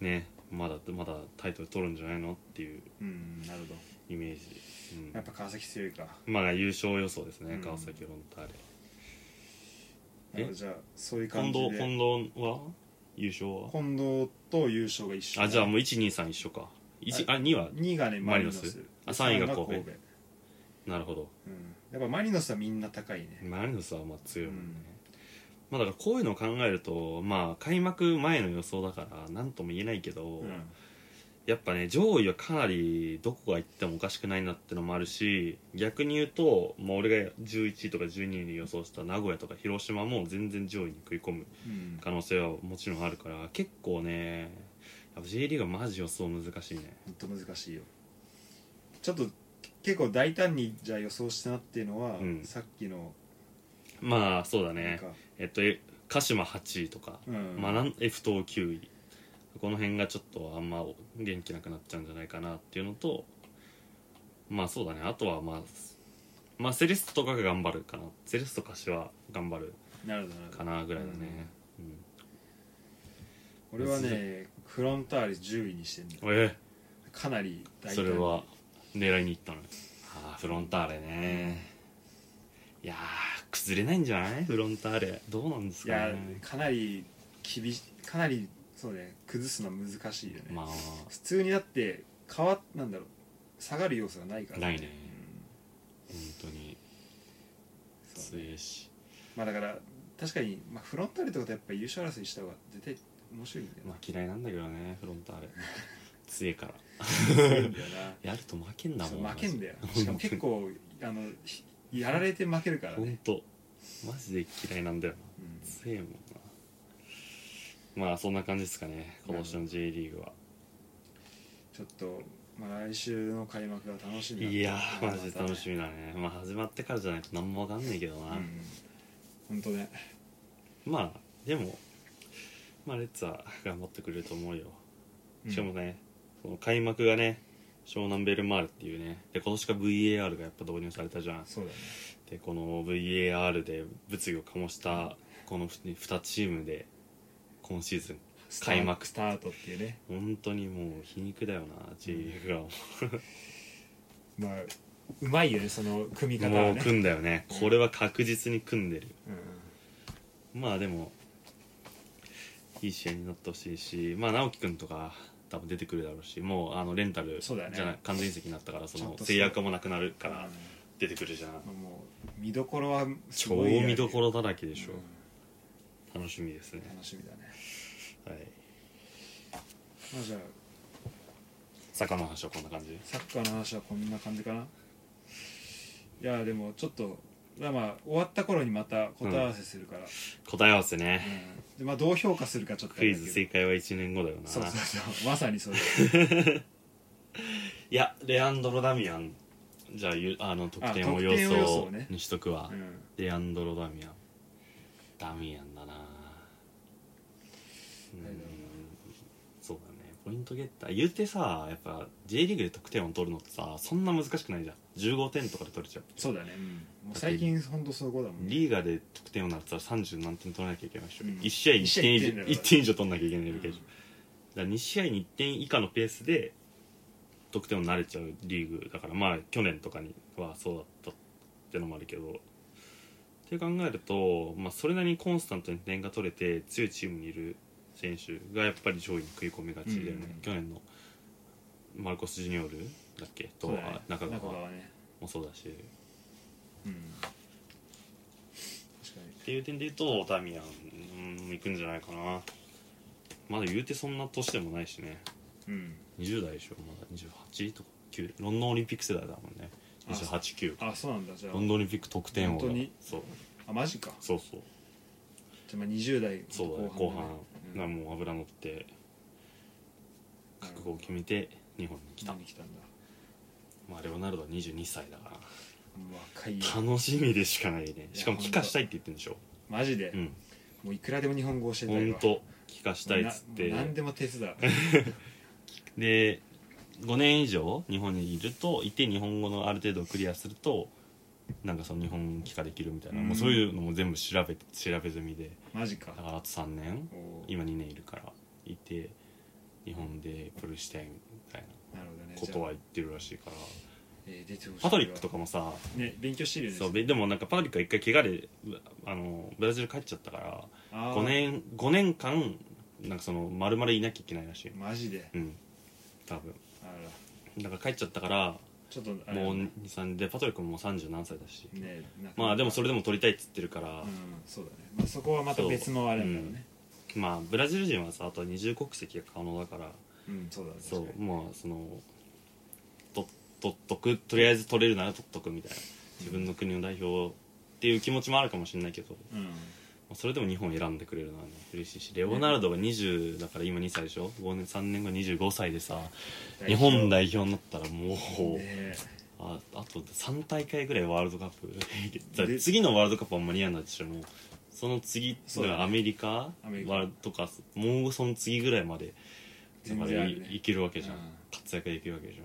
S1: ねまだまだタイトル取るんじゃないのっていう
S2: うんなるほど
S1: イメージ、うん
S2: やっぱ川崎強いか
S1: まあ優勝予想ですね、
S2: うん
S1: 川崎フロンターレえ
S2: なるほどじゃあそういう
S1: 近
S2: 感じ
S1: 藤
S2: で
S1: 近藤は優勝は
S2: 近藤と優勝が一緒
S1: あじゃあもう123一緒か一あ2は
S2: 2位がねマ
S1: マリ
S2: リノ
S1: ノ
S2: ス
S1: スあ三位が神戸
S2: 三
S1: なるほど
S2: うんやっぱマリノスはみんな高いね
S1: マリノスはまあ強い、
S2: う
S1: もんね
S2: ん
S1: まあだからこういうのを考えるとまあ開幕前の予想だから何とも言えないけど、
S2: うん
S1: やっぱね上位はかなりどこが行ってもおかしくないなってのもあるし逆に言うと、まあ、俺が11位とか12位に予想した名古屋とか広島も全然上位に食い込む
S2: うん
S1: 可能性はもちろんあるから結構ねやっぱ J リーグはマジ予想難しいね
S2: ほんと難しいよちょっと結構大胆にじゃあ予想したなっていうのは、
S1: うん
S2: さっきの
S1: まあそうだ
S2: なん
S1: ね
S2: か、
S1: えっとえ鹿島8位とか、
S2: うん
S1: まあ、なん F 等9位この辺がちょっとあんま元気なくなっちゃうんじゃないかなっていうのとまあそうだねあとはまあまあセレストとかが頑張るかなセレスト柏頑張る
S2: なるほどなるほど
S1: かなぐらいだね、うん
S2: 俺はねフロンターレ10位にしてんだよ
S1: え
S2: かなり
S1: え
S2: 大胆
S1: それは狙いに行ったのああフロンターレねいやー崩れないんじゃないフロンターレどうなんです
S2: い
S1: か
S2: や
S1: ね
S2: かなり厳しかなりそうね崩すのは難しいよね、
S1: ま
S2: 普通にだって変わなんだろう下がる要素がないか
S1: あ
S2: ら
S1: ないね
S2: うん
S1: 本当に
S2: そう
S1: 強いし
S2: まあだから確かに、まあ、フロンターレってことはやっぱ優勝争いした方が絶対面白いんだよ
S1: まあ嫌いなんだけどねフロンターレ強いから
S2: な強いんだよな
S1: やると負けんだ
S2: そ
S1: も
S2: うん負けんだよしかも結構あのひやられて負けるから
S1: ほん
S2: ね、
S1: とマジで嫌いなんだよな
S2: うん
S1: 強いもんなまあそんな感じですかね今年の J リーグは
S2: ちょっと、まあ、来週の開幕が楽しみだない
S1: やーマジで楽しみだねまあ始まってからじゃないと何もわかんないけどな、
S2: うん本当ね
S1: まあでも、まあ、レッツは頑張ってくれると思うよ。
S2: うん
S1: しかもね、その開幕がね、湘南ベルマーレっていうね、で、今年から VAR がやっぱ導入されたじゃん。
S2: そうだね
S1: で、この VAR で物議を醸した、この2チームで、今シーズン、
S2: スタ
S1: 開幕
S2: スタートっていうね
S1: 本当にもう皮肉だよな、J リーグが。
S2: まあうまいよねその組み方
S1: も
S2: は
S1: う
S2: ね、
S1: 組んだよね。これは確実に組んでる。
S2: う
S1: まあでもいい試合になってほしいしまあ直樹君とか多分出てくるだろうしもうあのレンタルじ
S2: そ
S1: ゃな
S2: うだ
S1: い、
S2: よね
S1: 完全移籍になったからそ
S2: ちゃ
S1: の
S2: んとそう
S1: 制約もなくなるか
S2: ん
S1: ら出てくるじゃん、
S2: うんもう見どころはす
S1: 超
S2: ごいよ
S1: 見どころだらけでしょ
S2: う、
S1: 楽しみですね
S2: ん、楽しみだね
S1: はい
S2: まあじゃあ
S1: サッカーの話はこんな感じ
S2: サッカーの話はこんな感じかないやでもちょっとまあまあ終わった頃にまた答え合わせするから、
S1: 答え合わせね、
S2: うんでまあどう評価するかちょっとあ
S1: ク
S2: れ
S1: イ
S2: だけど
S1: ズ正解は1年後だよな
S2: そうそうそうまさにそうだ
S1: いやレアンドロ・ダミアンじゃあゆあの得点を
S2: 得
S1: 予
S2: 点を予想
S1: 想
S2: ね
S1: にしとくわ、
S2: うん
S1: レアンドロ・ダミアンダミアンだなうん
S2: 誰だろうな
S1: そうだねポイントゲッター言うてさやっぱ J リーグで得点を取るのってさそんな難しくないじゃん15点とかで取れちゃう
S2: そうだね、もう最近ほんとそこだもんね
S1: リーガで得点をなったら30何点取らなきゃいけないでしょ、
S2: うん
S1: 1試合1
S2: 一試合
S1: 点以
S2: 一
S1: 上
S2: 点だから
S1: 1点以上取んなきゃいけないわけでしょ、
S2: うん
S1: だから2試合に1点以下のペースで得点を慣れちゃうリーグだからまあ去年とかにはそうだったってのもあるけどって考えると、まあ、それなりにコンスタントに点が取れて強いチームにいる選手がやっぱり上位に食い込みがちだよね、
S2: うん
S1: 去年のマルコス・ジュニオールだっけと、
S2: そうだね
S1: 中川も
S2: ね
S1: そうだし
S2: うん確かに
S1: っていう点で言うとダミアンうん行くんじゃないかなまだ言うてそんな年でもないしね
S2: うん
S1: 20代でしょまだ28とか9ロンドンオリンピック世代だもんね
S2: あ
S1: 289
S2: あそうなんだじゃあ
S1: ロンドンオリンピック得点王だ
S2: 本当に
S1: そう
S2: あマジか
S1: そうそう
S2: じゃあまあ20代
S1: そうだね後
S2: 後
S1: 半
S2: 半,、
S1: が
S2: だね
S1: もう油乗って
S2: うん
S1: 覚悟を決めて日本に来た、
S2: 何来たんだ
S1: まあレオナルドは22歳だか
S2: もう若いよ
S1: ら楽しみでしかないねしかも
S2: いや
S1: 帰化したいって言ってるんでしょ
S2: マジで、
S1: うん
S2: もういくらでも日本語教えたい
S1: 本
S2: わ
S1: 当帰化したいっつっ
S2: なもう何
S1: て
S2: でも手 伝う
S1: で5年以上日本にいるといて日本語のある程度クリアするとなんかその日本帰化できるみたいな、
S2: うん
S1: もうそういうのも全部調べ調べ済みで
S2: マジか
S1: だからあと3年
S2: おお
S1: 今2年いるからいて日本でプルしたいみたい
S2: なるほどね
S1: なこ
S2: じ
S1: と
S2: ゃ
S1: は
S2: あ
S1: 言ってるらしいから
S2: えー出てほしいわ
S1: パトリックとかもさ
S2: ね勉強してるよね
S1: そうででもなんかパトリックが一回怪我でうあのブラジル帰っちゃったから
S2: あー
S1: 5年5年間なんかその丸々いなきゃいけないらしい
S2: マジで
S1: うん多分
S2: あら
S1: だから帰っちゃったから
S2: ちょっとあれ
S1: もう23でパトリックももう30何歳だし、
S2: ねなんか
S1: まあでもそれでも取りたいっつってるから
S2: う、んそうだね、まあ、そこはまた別のあれなんだろうね
S1: まあブラジル人はさあとは二重国籍が可能だから
S2: うん、そうだね
S1: そ
S2: 確か
S1: うまあそのと取っとくとりあえず取れるなら取っとくみたいな自分の国の代表っていう気持ちもあるかもしれないけど、
S2: に
S1: まあそれでも日本を選んでくれるのはね嬉しいしレオナルドが20だから今2歳でしょ5年3年後25歳でさ
S2: うん
S1: 日本代表になったらもう、
S2: ね
S1: ああと3大会ぐらいワールドカップ だから
S2: で
S1: 次のワールドカップは間に合わないでしょもうその次
S2: そうだね
S1: アメリカ
S2: アメリカ
S1: ワールドカップもうその次ぐらいまでだ
S2: 全
S1: か
S2: 然
S1: ら
S2: あ
S1: い,、
S2: るね
S1: けるわけじゃん、
S2: うん
S1: 活躍できるわけじゃ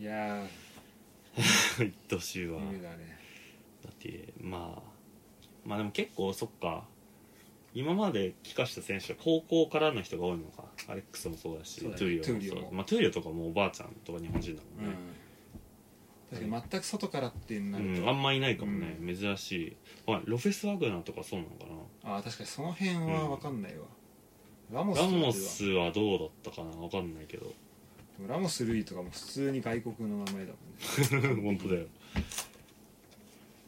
S2: いや
S1: んいってほしいわ、
S2: ー夢だね
S1: だってまあまあでも結構そっか今まで帰化した選手は高校からの人が多いのかアレックスもそうだし
S2: そうだね
S1: トゥ
S2: トゥ
S1: ー
S2: ー
S1: リ
S2: リ
S1: オ
S2: オ
S1: も
S2: も
S1: そうまあ、トゥーリオとかもおばあちゃんとか日本人だもんね、
S2: うん確かに全く外からってなる
S1: う
S2: と、
S1: ん、あんまいないかもね、珍しい、まあ、ロフェス・ワグナーとかそうなのか
S2: ああ確かにその辺は分かんないわ、ラモ
S1: な
S2: ス
S1: ラ
S2: とかでは
S1: モスはどうだったかなわかんないけど
S2: でもラモス・ルイとかも普通に外国の名前だ
S1: 本当だよ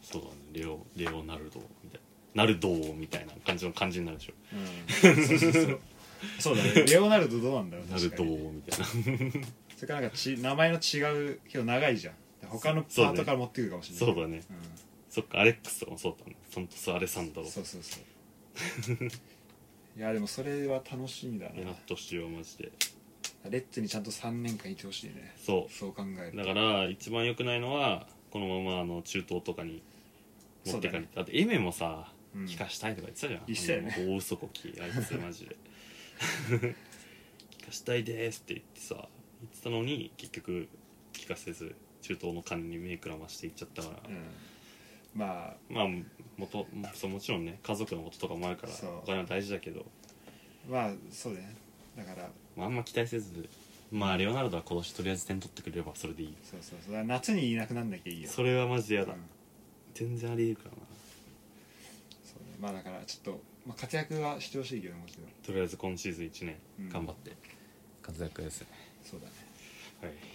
S1: そうだねレオレオナルドみたいなナルドーみたいな感じの感じになるでしょ
S2: もんね、うん、そうそうそうそう だねレオナルドどうなんだろう
S1: ナル
S2: 確
S1: ド
S2: かに
S1: ーみたいな
S2: それからなんかち名前の違うけど長いじゃん他のパートから持ってくるかもしれない
S1: そうだね
S2: うん
S1: そっかアレックスとかもそうだねそんとスアレサンドロ
S2: そうそうそういやでもそれは楽しみだ
S1: レナッ
S2: な
S1: トシオマジで
S2: レッツにちゃんと3年間いてほしいね
S1: そ
S2: そう考え
S1: うだ
S2: る
S1: から一番良くないのはこのままあの中東とかに持ってかれて、
S2: そうだね
S1: だってエメもさ
S2: うん
S1: 帰化したいとか言ってたじゃん
S3: 言ってたよね
S1: あの大嘘こきあいつマジで 帰化したいですって言ってさ言ってたのに結局聞かせず中東の金に目くらましていっちゃったから、
S2: うんま
S1: まあ元そうもちろんね家族のこととかもあるから
S2: そう
S1: お金は大事だけど、
S2: あまあそうだねだから
S1: まあ、あんま期待せずまあレオナルドは今年とりあえず点取ってくれればそれでいい
S2: そうそうそう夏にいなくなんなきゃいいよ
S1: それはマジで
S2: う
S1: や
S2: ん
S1: だ、
S2: そうね
S1: 全然ありえるからな
S2: まあだからちょっと、まあ、活躍はしてほしいけどもちろん
S1: とりあえず今シーズン1年
S2: うん
S1: 頑張って活躍ですね、
S2: そうだね
S1: はい